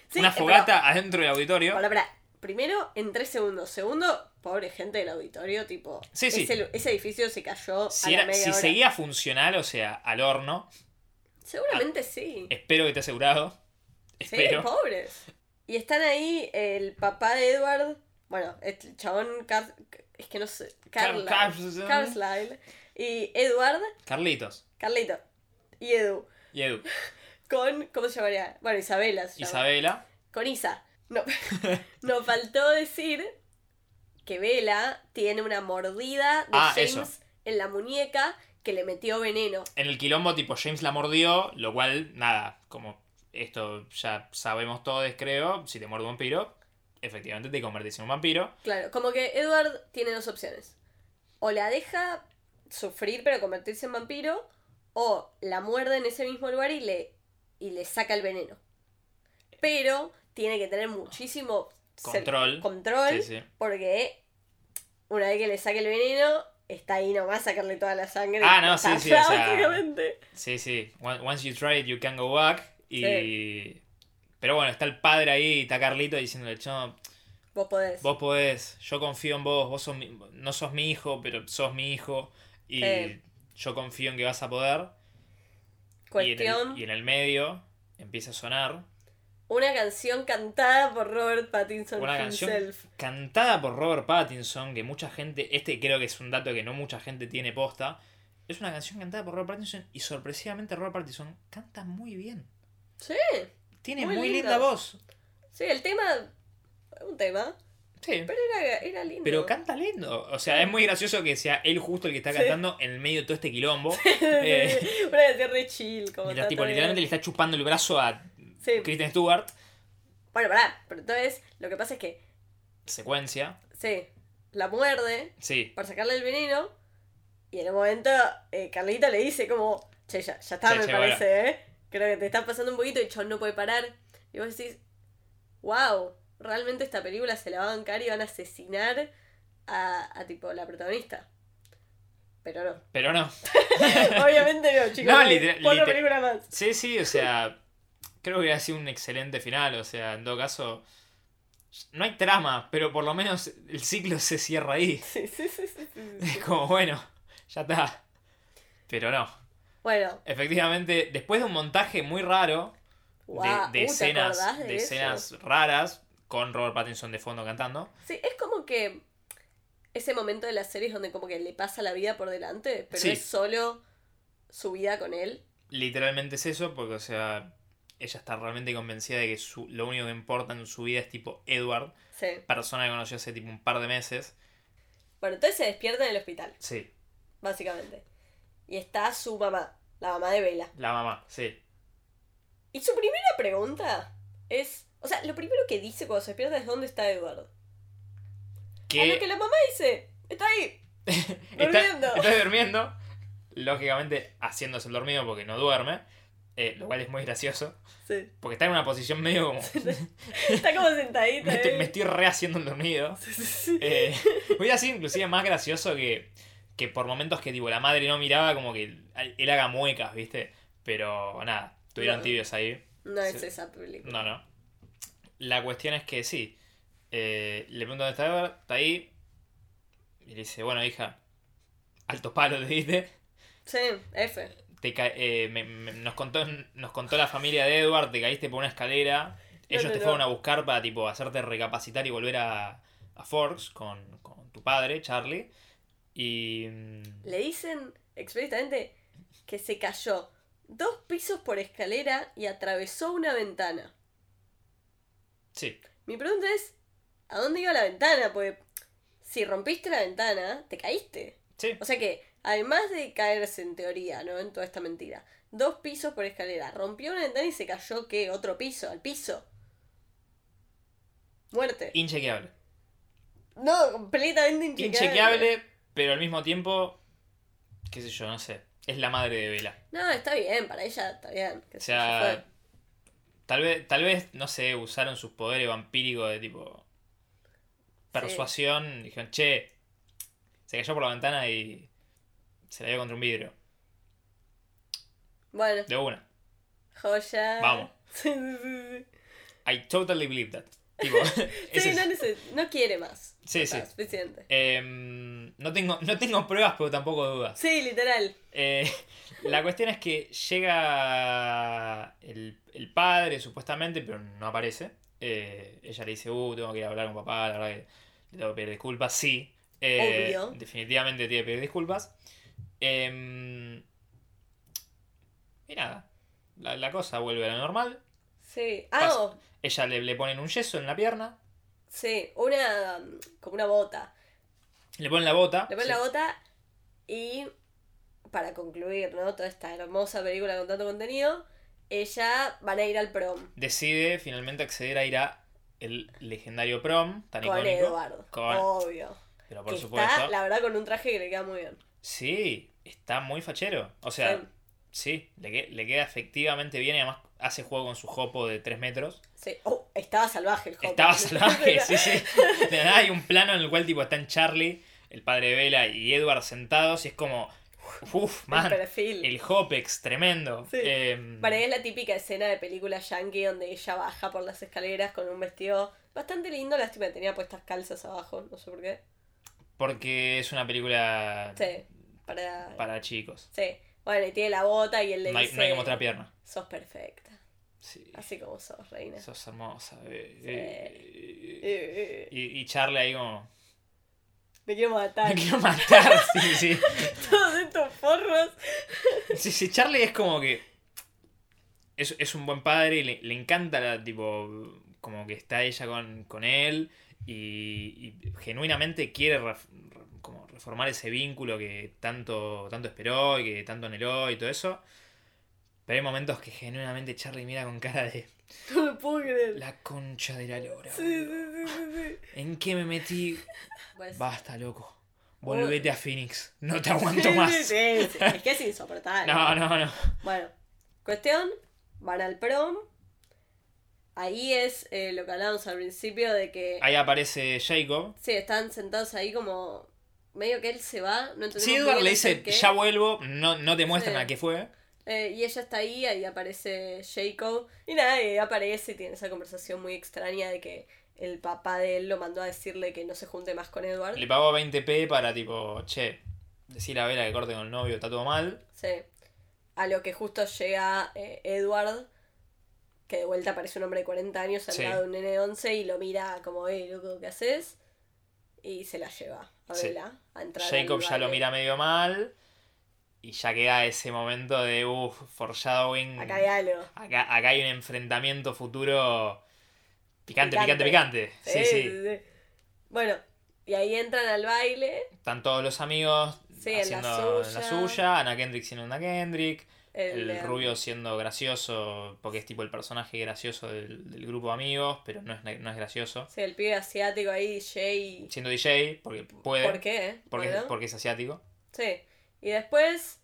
Speaker 3: Sí,
Speaker 2: una
Speaker 3: eh, pero-
Speaker 2: fogata adentro del auditorio.
Speaker 3: Pará, pará. Primero, en tres segundos. Segundo, pobre gente del auditorio, tipo.
Speaker 2: Sí, sí.
Speaker 3: Ese, ese edificio se cayó
Speaker 2: Si,
Speaker 3: a la
Speaker 2: era-
Speaker 3: media
Speaker 2: si
Speaker 3: hora.
Speaker 2: seguía funcional, o sea, al horno,
Speaker 3: Seguramente sí.
Speaker 2: espero que te asegurado.
Speaker 3: Sí,
Speaker 2: Ah, Espero.
Speaker 3: pobres. Y están ahí el papá de Edward. Bueno, el chabón. Car- es que no sé.
Speaker 2: Car-
Speaker 3: Carla.
Speaker 2: Car-
Speaker 3: Carlisle. Y Edward.
Speaker 2: Carlitos.
Speaker 3: Carlito. Y Edu.
Speaker 2: Y Edu.
Speaker 3: Con. ¿Cómo se llamaría? Bueno, Isabela. se llama.
Speaker 2: Isabela.
Speaker 3: con Isa. No, nos faltó decir que Vela tiene una mordida de
Speaker 2: Ah,
Speaker 3: James
Speaker 2: eso.
Speaker 3: en la muñeca que le metió veneno.
Speaker 2: En el quilombo, tipo, James la mordió, lo cual, nada, como esto ya sabemos todos, creo, si te muerde un vampiro, efectivamente te convertís en un vampiro.
Speaker 3: Claro, como que Edward tiene dos opciones. O la deja sufrir pero convertirse en vampiro, o la muerde en ese mismo lugar y le, y le saca el veneno. Pero tiene que tener muchísimo ser-
Speaker 2: Control.
Speaker 3: control
Speaker 2: Sí, sí.
Speaker 3: Porque una vez que le saque el veneno, está ahí nomás sacarle toda la sangre.
Speaker 2: Ah, no,
Speaker 3: Está
Speaker 2: sí, sí, o sea-
Speaker 3: básicamente.
Speaker 2: Sí, sí. Once once you try it, you can go back. Y...
Speaker 3: Sí.
Speaker 2: Pero bueno, está el padre ahí, y está Carlito diciéndole, "Chon,
Speaker 3: Vos podés.
Speaker 2: vos podés, yo confío en vos, vos sos mi- no sos mi hijo, pero sos mi hijo. Y
Speaker 3: Sí.
Speaker 2: yo confío en que vas a poder. Y en,
Speaker 3: Cuestión.
Speaker 2: el, y en el medio empieza a sonar
Speaker 3: Una canción cantada por Robert Pattinson
Speaker 2: una canción
Speaker 3: himself.
Speaker 2: cantada por Robert Pattinson, que mucha gente, este creo que es un dato que no mucha gente tiene posta. Es una canción cantada por Robert Pattinson y sorpresivamente Robert Pattinson canta muy bien.
Speaker 3: Sí.
Speaker 2: Tiene
Speaker 3: Muy
Speaker 2: muy
Speaker 3: lindo.
Speaker 2: linda voz.
Speaker 3: Sí, el tema. Un tema.
Speaker 2: Sí.
Speaker 3: Pero era, era lindo.
Speaker 2: Pero canta lindo. O sea, es muy gracioso que sea él justo el que está
Speaker 3: Sí.
Speaker 2: cantando en el medio de todo este quilombo. Eh,
Speaker 3: Una canción re chill, como
Speaker 2: mientras,
Speaker 3: está
Speaker 2: tipo,
Speaker 3: todo bien.
Speaker 2: literalmente le está chupando el brazo a
Speaker 3: Sí.
Speaker 2: Kristen Stewart.
Speaker 3: Bueno, pará, pero entonces lo que pasa es que,
Speaker 2: Secuencia.
Speaker 3: sí, la muerde
Speaker 2: Sí.
Speaker 3: para sacarle el veneno y en un momento eh, Carlita le dice como, che, ya, ya está,
Speaker 2: Che,
Speaker 3: me
Speaker 2: che,
Speaker 3: parece, ¿eh? Creo que te estás pasando un poquito y John no puede parar. Y vos decís, wow, realmente esta película se la va a bancar y van a asesinar a, a tipo la protagonista. Pero no.
Speaker 2: Pero no.
Speaker 3: Obviamente no, chicos.
Speaker 2: No,
Speaker 3: No,
Speaker 2: literal-
Speaker 3: Otra
Speaker 2: literal-
Speaker 3: película más.
Speaker 2: Sí, sí, o sea. Creo que hubiera sido un excelente final. O sea, en todo caso. No hay trama, pero por lo menos el ciclo se cierra ahí.
Speaker 3: Sí, sí, sí, sí, sí, sí.
Speaker 2: Es como, bueno, ya está. Pero no.
Speaker 3: Bueno,
Speaker 2: Efectivamente, después de un montaje muy raro,
Speaker 3: Guau,
Speaker 2: de, de
Speaker 3: uh, ¿te acordás
Speaker 2: escenas,
Speaker 3: de
Speaker 2: de
Speaker 3: eso?
Speaker 2: escenas raras, con Robert Pattinson de fondo cantando.
Speaker 3: Sí, es como que ese momento de la serie es donde como que le pasa la vida por delante, pero
Speaker 2: Sí.
Speaker 3: es solo su vida con él.
Speaker 2: Literalmente es eso, porque, o sea, ella está realmente convencida de que su- lo único que importa en su vida es tipo Edward,
Speaker 3: Sí.
Speaker 2: persona que conoció hace tipo un par de meses.
Speaker 3: Bueno, entonces se despierta en el hospital,
Speaker 2: Sí.
Speaker 3: básicamente. Y está su mamá, la mamá de Vela.
Speaker 2: La mamá, sí.
Speaker 3: Y su primera pregunta es, o sea, lo primero que dice cuando se despierta es ¿dónde está Eduardo? A
Speaker 2: Que,
Speaker 3: lo que la mamá dice, está ahí. durmiendo.
Speaker 2: está, está durmiendo, lógicamente haciéndose el dormido porque no duerme, eh, lo cual es muy gracioso,
Speaker 3: Sí.
Speaker 2: porque está en una posición medio como...
Speaker 3: Está como sentadita.
Speaker 2: me, estoy,
Speaker 3: ¿eh?
Speaker 2: me estoy rehaciendo el dormido.
Speaker 3: Sí, sí.
Speaker 2: Eh, hubiera sido inclusive más gracioso que, que por momentos que tipo la madre no miraba, como que él, él haga muecas, ¿viste? Pero nada, estuvieron
Speaker 3: No.
Speaker 2: tibios ahí.
Speaker 3: No es
Speaker 2: sí.
Speaker 3: esa película.
Speaker 2: No, no. La cuestión es que sí. eh, le pregunto dónde está Edward, está ahí. Y le dice, bueno, hija, alto palo te diste.
Speaker 3: Sí, F.
Speaker 2: Te ca- eh, me- me- nos, contó, nos contó la familia de Edward, te caíste por una escalera. Ellos
Speaker 3: no,
Speaker 2: te
Speaker 3: no.
Speaker 2: fueron a buscar para tipo hacerte recapacitar y volver a, a Forks con, con tu padre, Charlie. Y. mm,
Speaker 3: Le dicen explícitamente que se cayó dos pisos por escalera y atravesó una ventana.
Speaker 2: Sí,
Speaker 3: Mi pregunta es, ¿a dónde iba la ventana? Porque si rompiste la ventana, te caíste.
Speaker 2: sí.
Speaker 3: O sea que, además de caerse en teoría, ¿no? En toda esta mentira. Dos pisos por escalera. Rompió una ventana y se cayó, ¿qué? Otro piso, al piso. Muerte.
Speaker 2: Inchequeable.
Speaker 3: No, completamente inchequeable.
Speaker 2: Inchequeable, pero al mismo tiempo. qué sé yo, no sé. Es la madre de Vela.
Speaker 3: No, está bien, para ella está bien. que
Speaker 2: O
Speaker 3: se- se fue.
Speaker 2: sea. Tal vez, tal vez, no sé, usaron sus poderes vampíricos de tipo. Persuasión. Dijeron, che. Se cayó por la ventana y. Se la dio contra un vidrio.
Speaker 3: Bueno,
Speaker 2: De una.
Speaker 3: joya.
Speaker 2: Vamos.
Speaker 3: Sí, sí, sí, sí.
Speaker 2: I totally believe that. Tipo,
Speaker 3: Sí,
Speaker 2: ese es-
Speaker 3: no, neces- no quiere más.
Speaker 2: Sí,
Speaker 3: Está,
Speaker 2: sí.
Speaker 3: Suficiente.
Speaker 2: Em, no, tengo, no tengo pruebas, pero tampoco dudas.
Speaker 3: Sí, literal.
Speaker 2: Eh, la cuestión es que llega el, el padre, supuestamente, pero no aparece. Eh, ella le dice, uh, tengo que ir a hablar con papá, la verdad que le tengo que pedir disculpas. Sí, eh,
Speaker 3: Obvio.
Speaker 2: definitivamente tiene que pedir disculpas. Em, y nada, la, la cosa vuelve a lo normal.
Speaker 3: Sí. Ah,
Speaker 2: Pasa.
Speaker 3: oh,
Speaker 2: Ella le, le ponen un yeso en la pierna,
Speaker 3: sí. Una. um, Como una bota.
Speaker 2: le ponen la bota.
Speaker 3: Le ponen
Speaker 2: sí.
Speaker 3: la bota y. Para concluir, ¿no? Toda esta hermosa película con tanto contenido. Ella van a ir al prom
Speaker 2: decide finalmente acceder a ir a el legendario prom, tan
Speaker 3: con
Speaker 2: icónico.
Speaker 3: Eduardo.
Speaker 2: Con-
Speaker 3: Obvio.
Speaker 2: Pero por
Speaker 3: que
Speaker 2: supuesto.
Speaker 3: está, la verdad, con un traje que le queda muy bien.
Speaker 2: Sí, está muy fachero. O sea,
Speaker 3: Sí.
Speaker 2: sí, le, que- le queda efectivamente bien y además hace juego con su jopo de 3 metros.
Speaker 3: Sí. Oh, estaba salvaje el joven.
Speaker 2: Estaba salvaje, sí, sí. De la nada hay un plano en el cual tipo están Charlie, el padre de Vela y Edward sentados y es como, uff,
Speaker 3: El
Speaker 2: man,
Speaker 3: perfil.
Speaker 2: el hopex, tremendo.
Speaker 3: Sí.
Speaker 2: Em,
Speaker 3: Para ella es la típica escena de película yankee donde ella baja por las escaleras con un vestido bastante lindo. Lástima que tenía puestas calzas abajo, no sé por qué.
Speaker 2: porque es una película
Speaker 3: Sí, para.
Speaker 2: para chicos.
Speaker 3: Sí. Bueno, y tiene la bota y él le
Speaker 2: No hay,
Speaker 3: dice.
Speaker 2: no hay como otra pierna.
Speaker 3: Sos perfecta.
Speaker 2: Sí.
Speaker 3: Así como sos, reina.
Speaker 2: Sos hermosa, bebé.
Speaker 3: Eh, eh,
Speaker 2: Y, y Charlie ahí como...
Speaker 3: Me quiero
Speaker 2: Me
Speaker 3: matar.
Speaker 2: quiero matar. Sí, sí.
Speaker 3: Todos estos forros.
Speaker 2: Sí, sí, Charlie es como que... es, es un buen padre y le, le encanta la, tipo, como que está ella con, con él y, y genuinamente quiere ref- re- como reformar ese vínculo que tanto, tanto esperó y que tanto anheló y todo eso. Pero hay momentos que genuinamente Charlie mira con cara de
Speaker 3: No me puedo creer.
Speaker 2: la concha de la lora.
Speaker 3: Sí,
Speaker 2: boludo.
Speaker 3: sí, sí, sí, sí.
Speaker 2: ¿En qué me metí?
Speaker 3: Pues-
Speaker 2: Basta, loco. Volvete a Phoenix. No te aguanto
Speaker 3: Sí,
Speaker 2: más.
Speaker 3: sí, sí. Es que es insoportable.
Speaker 2: No, no, no.
Speaker 3: Bueno, cuestión, van al prom. Ahí es eh, lo que hablábamos al principio de que...
Speaker 2: Ahí aparece Jacob.
Speaker 3: Sí, están sentados ahí como... Medio que él se va, no entendemos
Speaker 2: Sí,
Speaker 3: muy
Speaker 2: Edward
Speaker 3: bien
Speaker 2: le
Speaker 3: el
Speaker 2: dice,
Speaker 3: porqué.
Speaker 2: ya vuelvo, no, no te muestran
Speaker 3: Sí.
Speaker 2: a qué fue.
Speaker 3: Eh, y ella está ahí, ahí aparece Jacob. Y nada, y aparece y tiene esa conversación muy extraña de que el papá de él lo mandó a decirle que no se junte más con Edward.
Speaker 2: Le pagó 20p para tipo, che, decir a Vela que corte con el novio, está todo mal.
Speaker 3: Sí. A lo que justo llega eh, Edward, que de vuelta parece un hombre de 40 años al
Speaker 2: Sí.
Speaker 3: lado de un nene de 11 y lo mira como, eh, loco, ¿qué haces? Y se la lleva a
Speaker 2: Sí.
Speaker 3: Bella a entrar. al
Speaker 2: Jacob ya lo
Speaker 3: baile.
Speaker 2: mira medio mal. Y ya queda ese momento de, uff, foreshadowing.
Speaker 3: Acá hay algo.
Speaker 2: Acá- acá hay un enfrentamiento futuro picante, picante,
Speaker 3: Picante.
Speaker 2: picante. Sí, sí.
Speaker 3: sí. Bueno, y ahí entran al baile.
Speaker 2: Están todos los amigos
Speaker 3: Sí, en la
Speaker 2: haciendo en la
Speaker 3: suya.
Speaker 2: suya. Ana Kendrick siendo Ana Kendrick. El
Speaker 3: El, eh,
Speaker 2: rubio siendo gracioso, porque es tipo el personaje gracioso del, del grupo de amigos, pero no es, no es gracioso.
Speaker 3: Sí, el pibe asiático ahí, DJ.
Speaker 2: Siendo DJ, porque puede.
Speaker 3: ¿Por qué? eh?
Speaker 2: Porque,
Speaker 3: Bueno.
Speaker 2: porque es asiático.
Speaker 3: Sí. Y después.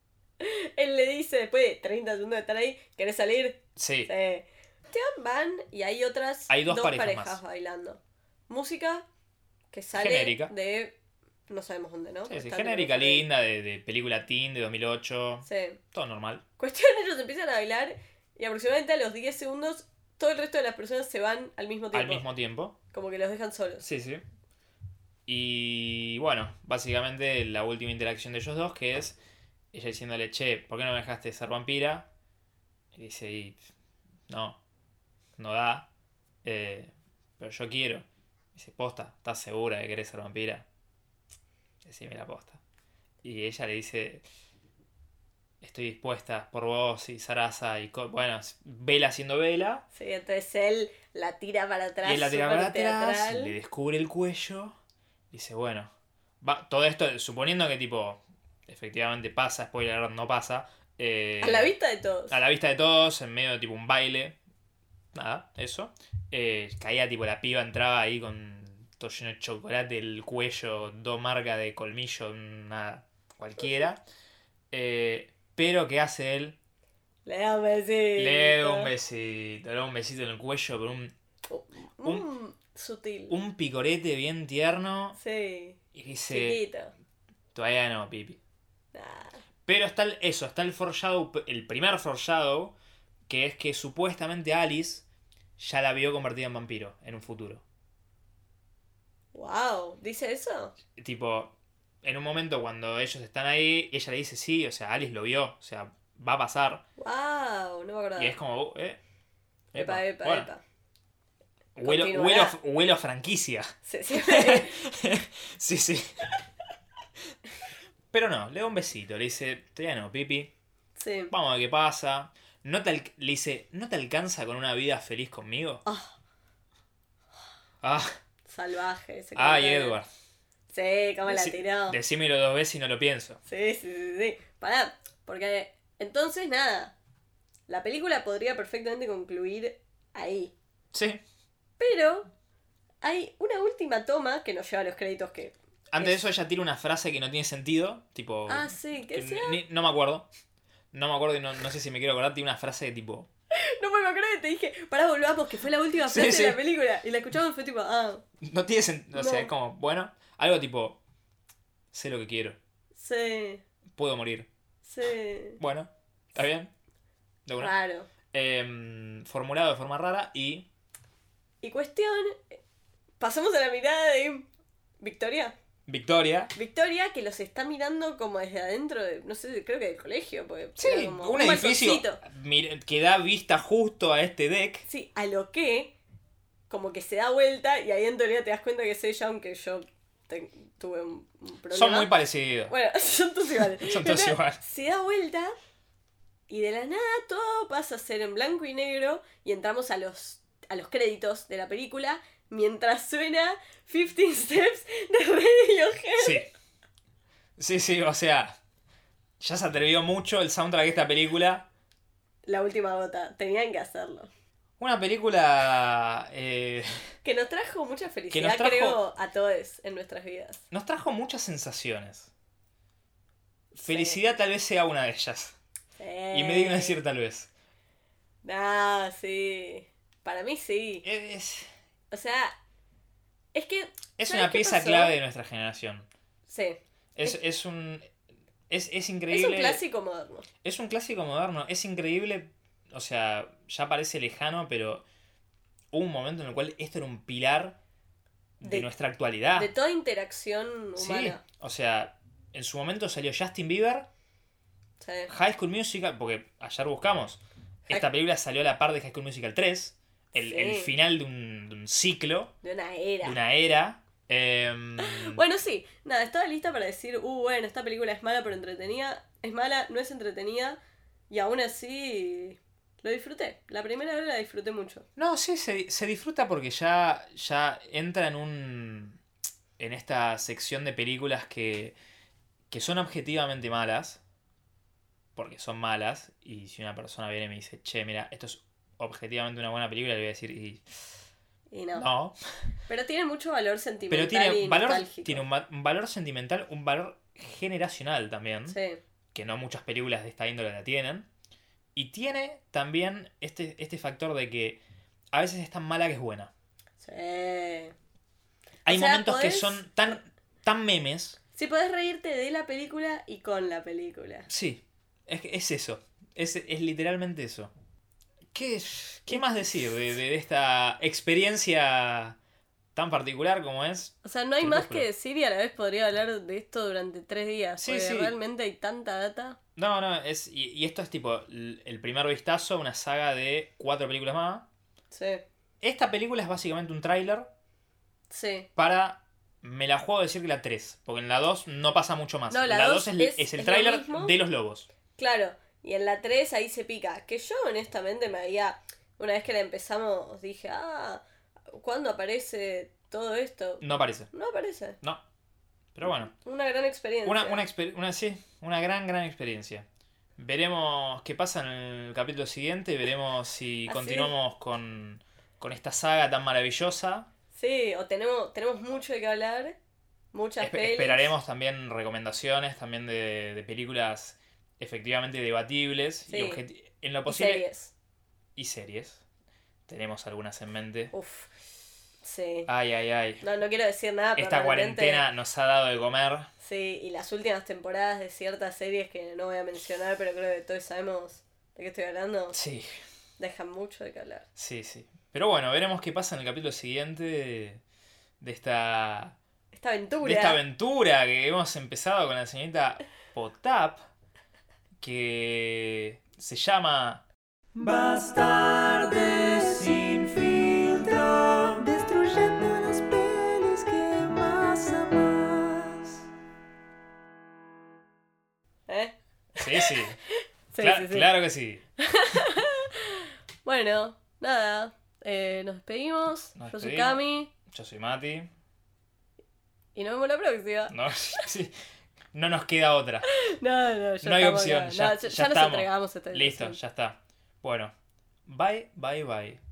Speaker 3: Él le dice, después de 30 segundos de estar ahí, ¿querés salir?
Speaker 2: Sí.
Speaker 3: Sí. Cuestión, Van y hay otras
Speaker 2: Hay dos parejas más.
Speaker 3: bailando. Música que sale
Speaker 2: Genérica.
Speaker 3: de. No sabemos dónde, ¿no?
Speaker 2: Sí, sí,
Speaker 3: Está
Speaker 2: genérica,
Speaker 3: en el-
Speaker 2: linda, de, de película teen de 2008.
Speaker 3: Sí.
Speaker 2: Todo normal.
Speaker 3: Cuestión, ellos empiezan a bailar y aproximadamente a los 10 segundos todo el resto de las personas se van al mismo
Speaker 2: Al
Speaker 3: tiempo.
Speaker 2: mismo tiempo.
Speaker 3: Como que los dejan solos.
Speaker 2: Sí, sí. Y bueno, básicamente la última interacción de ellos dos, que es ella diciéndole, che, ¿por qué no me dejaste ser vampira? Y dice, y, no, no da, eh, pero yo quiero. Y dice, posta, ¿estás segura de que querés ser vampira? Decime la posta. Y ella le dice, estoy dispuesta por vos y Sarasa y, co- bueno, vela siendo vela.
Speaker 3: Sí, entonces él la tira para atrás.
Speaker 2: Y él la tira para
Speaker 3: súper
Speaker 2: atrás,
Speaker 3: teatral.
Speaker 2: le descubre el cuello. Dice, bueno. Va, todo esto, suponiendo que tipo, efectivamente pasa, spoiler, alert, no pasa. eh,
Speaker 3: A la vista de todos.
Speaker 2: a la vista de todos, en medio de tipo un baile. Nada, eso. Eh, caía tipo la piba, entraba ahí con todo lleno de chocolate, el cuello, dos marcas de colmillo, nada, cualquiera. Eh, pero, ¿qué hace él?
Speaker 3: Le da un besito.
Speaker 2: Le da un besito, le da un besito en el cuello, pero un, un-
Speaker 3: Mm, sutil.
Speaker 2: un picorete bien tierno.
Speaker 3: Sí.
Speaker 2: Y dice,
Speaker 3: Chiquito.
Speaker 2: todavía no, Pipi.
Speaker 3: Nah.
Speaker 2: Pero está el- eso, está el foreshadow, el primer foreshadow, que es que supuestamente Alice ya la vio convertida en vampiro en un futuro.
Speaker 3: Wow. ¿Dice eso?
Speaker 2: Tipo, en un momento cuando ellos están ahí, ella le dice sí, o sea, Alice lo vio, o sea, va a pasar.
Speaker 3: Wow. No me acordaba.
Speaker 2: Y es como, uh, eh. epa,
Speaker 3: Epa, epa,
Speaker 2: bueno,
Speaker 3: epa.
Speaker 2: Huelo,
Speaker 3: Continuará.
Speaker 2: huelo, a- huelo a franquicia.
Speaker 3: Sí, sí.
Speaker 2: sí, sí. Pero no, le da un besito, le dice, todavía no, Pipi.
Speaker 3: Sí.
Speaker 2: Vamos a ver qué pasa. No te al- le dice, ¿no te alcanza con una vida feliz conmigo?
Speaker 3: Ah.
Speaker 2: Ah,
Speaker 3: Salvaje. ese
Speaker 2: ay,
Speaker 3: comentario.
Speaker 2: Edward.
Speaker 3: Sí, cómo la
Speaker 2: Decí-
Speaker 3: tiró.
Speaker 2: Decímelo dos veces y no lo pienso.
Speaker 3: Sí, sí, sí, sí. Pará. Porque entonces, nada. La película podría perfectamente concluir ahí.
Speaker 2: Sí.
Speaker 3: Pero hay una última toma que nos lleva a los créditos que.
Speaker 2: Antes de
Speaker 3: Es-
Speaker 2: eso ella tira una frase que no tiene sentido, tipo...
Speaker 3: Ah, sí, que
Speaker 2: Oh, que
Speaker 3: sea.
Speaker 2: ni- no me acuerdo. No me acuerdo y no, no sé si me quiero acordar. Tiene una frase de tipo...
Speaker 3: No me lo creo, te dije, pará, volvamos, que fue la última
Speaker 2: Sí,
Speaker 3: frase
Speaker 2: sí.
Speaker 3: de la película. Y la escuchamos y fue tipo, ah,
Speaker 2: No tiene sentido. O sea,
Speaker 3: No.
Speaker 2: es como... Bueno, algo tipo... Sé lo que quiero.
Speaker 3: sí,
Speaker 2: Puedo morir.
Speaker 3: sí.
Speaker 2: Bueno, ¿está bien? De una.
Speaker 3: Raro.
Speaker 2: Em, formulado de forma rara y...
Speaker 3: Y cuestión, pasamos a la mirada de Victoria.
Speaker 2: Victoria,
Speaker 3: Victoria que los está mirando como desde adentro, de, no sé, creo que del colegio. Porque
Speaker 2: Sí,
Speaker 3: era como
Speaker 2: un edificio
Speaker 3: balconcito.
Speaker 2: mira, que da vista justo a este deck.
Speaker 3: Sí, a lo que como que se da vuelta y ahí en teoría te das cuenta que es ella, aunque yo te- tuve un, un problema.
Speaker 2: Son muy parecidos.
Speaker 3: Bueno, son todos iguales.
Speaker 2: Son todos
Speaker 3: Entonces,
Speaker 2: iguales.
Speaker 3: Se da vuelta Y de la nada todo pasa a ser en blanco y negro y entramos a los, a los créditos de la película mientras suena 15 Steps de Radiohead.
Speaker 2: Sí. Sí, sí, o sea. Ya se atrevió mucho el soundtrack de esta película.
Speaker 3: La última gota, tenían que hacerlo.
Speaker 2: Una película. eh,
Speaker 3: Que nos trajo mucha felicidad,
Speaker 2: trajo-
Speaker 3: creo, a todos en nuestras vidas.
Speaker 2: nos trajo muchas sensaciones. Felicidad tal vez sea una de ellas. Y me digno decir tal vez.
Speaker 3: Ah, sí. Para mí sí.
Speaker 2: Es,
Speaker 3: O sea, es que.
Speaker 2: es
Speaker 3: ¿sabes
Speaker 2: una
Speaker 3: qué
Speaker 2: pieza
Speaker 3: pasó?
Speaker 2: clave de nuestra generación.
Speaker 3: Sí.
Speaker 2: Es, es un. Es, es
Speaker 3: Es un
Speaker 2: increíble.
Speaker 3: clásico moderno.
Speaker 2: Es un clásico moderno, es increíble, o sea, ya parece lejano, pero hubo un momento en el cual esto era un pilar de,
Speaker 3: De-
Speaker 2: nuestra actualidad.
Speaker 3: De toda interacción
Speaker 2: Ah. sí,
Speaker 3: humana.
Speaker 2: o sea, en su momento salió Justin Bieber,
Speaker 3: Sí.
Speaker 2: High School Musical, porque ayer buscamos, esta
Speaker 3: High-
Speaker 2: película salió a la par de High School Musical 3, el,
Speaker 3: Sí.
Speaker 2: el final de un, de un ciclo,
Speaker 3: De una era.
Speaker 2: de una era. em,
Speaker 3: Bueno, sí. Nada, estaba lista para decir, uh, bueno, esta película es mala pero entretenida. Es mala, no es entretenida. Y aún así. Lo disfruté. La primera vez la disfruté mucho.
Speaker 2: No, sí, se, se disfruta porque ya, ya entra en un. en esta sección de películas que. que son objetivamente malas. Porque son malas. Y si una persona viene y me dice, che, mira, esto es objetivamente una buena película, le voy a decir, y
Speaker 3: Y no.
Speaker 2: no.
Speaker 3: Pero tiene mucho valor
Speaker 2: Pero
Speaker 3: sentimental.
Speaker 2: tiene
Speaker 3: y
Speaker 2: valor.
Speaker 3: nostálgico.
Speaker 2: Tiene un, va- un valor sentimental, un valor generacional también.
Speaker 3: Sí.
Speaker 2: Que no muchas películas de esta índole la tienen. Y tiene también este, este factor de que a veces es tan mala que es buena.
Speaker 3: Sí.
Speaker 2: Hay
Speaker 3: O sea,
Speaker 2: momentos que
Speaker 3: podés-
Speaker 2: son tan, tan memes.
Speaker 3: Si podés reírte de la película y con la película.
Speaker 2: Sí, es, que es eso. Es, es literalmente eso. ¿Qué, qué más decir de, de esta experiencia tan particular como es?
Speaker 3: O sea, no hay
Speaker 2: Crepúsculo.
Speaker 3: más que decir y a la vez podría hablar de esto durante tres días.
Speaker 2: Sí,
Speaker 3: porque
Speaker 2: sí.
Speaker 3: realmente hay tanta data.
Speaker 2: No, no, es, y, y esto es tipo l- el primer vistazo a una saga de cuatro películas más.
Speaker 3: Sí.
Speaker 2: Esta película es básicamente un tráiler
Speaker 3: Sí.
Speaker 2: para... Me la juego a decir que la 3, porque en la 2 no pasa mucho más.
Speaker 3: No, la
Speaker 2: la
Speaker 3: dos
Speaker 2: 2 es,
Speaker 3: es-
Speaker 2: es el
Speaker 3: es lo
Speaker 2: tráiler
Speaker 3: mismo.
Speaker 2: de los lobos.
Speaker 3: Claro. Y en la 3 ahí se pica. Que yo honestamente me había. Una vez que la empezamos, dije, ah, ¿cuándo aparece todo esto?
Speaker 2: No aparece.
Speaker 3: No aparece.
Speaker 2: No. Mm. Pero bueno.
Speaker 3: Una gran experiencia.
Speaker 2: Una, una, exper- una, sí, una gran, gran experiencia. Veremos qué pasa en el capítulo siguiente, veremos si
Speaker 3: Así
Speaker 2: continuamos con, con esta saga tan maravillosa.
Speaker 3: Sí, o tenemos, tenemos mucho de qué hablar. Muchas
Speaker 2: Espe-
Speaker 3: pelis.
Speaker 2: esperaremos también recomendaciones también de, de películas efectivamente debatibles y
Speaker 3: Sí.
Speaker 2: objeti- en lo
Speaker 3: Y
Speaker 2: posible
Speaker 3: series.
Speaker 2: y series. Tenemos algunas en mente.
Speaker 3: Uf. Sí.
Speaker 2: Ay, ay, ay.
Speaker 3: No, no quiero decir nada, pero
Speaker 2: Ah. Esta
Speaker 3: realmente-
Speaker 2: cuarentena nos ha dado de comer.
Speaker 3: Sí, y las últimas temporadas de ciertas series que no voy a mencionar, pero creo que todos sabemos de qué estoy hablando,
Speaker 2: Sí.
Speaker 3: dejan mucho de qué hablar.
Speaker 2: Sí, sí. Pero bueno, veremos qué pasa en el capítulo siguiente de, de esta
Speaker 3: Esta aventura.
Speaker 2: de esta aventura que hemos empezado con la señorita Potap que se llama Bastarde sin filtro, destruyendo las pelis que más amas.
Speaker 3: ¿Eh?
Speaker 2: Sí, sí.
Speaker 3: Sí,
Speaker 2: Cla-
Speaker 3: sí, sí.
Speaker 2: Claro que sí.
Speaker 3: Bueno, nada. eh, nos despedimos.
Speaker 2: Nos
Speaker 3: Yo soy
Speaker 2: despedimos.
Speaker 3: Cami.
Speaker 2: Yo soy Mati.
Speaker 3: Y nos vemos la próxima.
Speaker 2: No, sí. no nos queda otra.
Speaker 3: No, no, ya este
Speaker 2: No hay
Speaker 3: estamos
Speaker 2: opción,
Speaker 3: acá.
Speaker 2: ya-
Speaker 3: No, ya,
Speaker 2: ya
Speaker 3: ya nos
Speaker 2: estamos.
Speaker 3: entregamos a esta
Speaker 2: Listo,
Speaker 3: situación.
Speaker 2: ya está. Bueno, bye, bye, bye.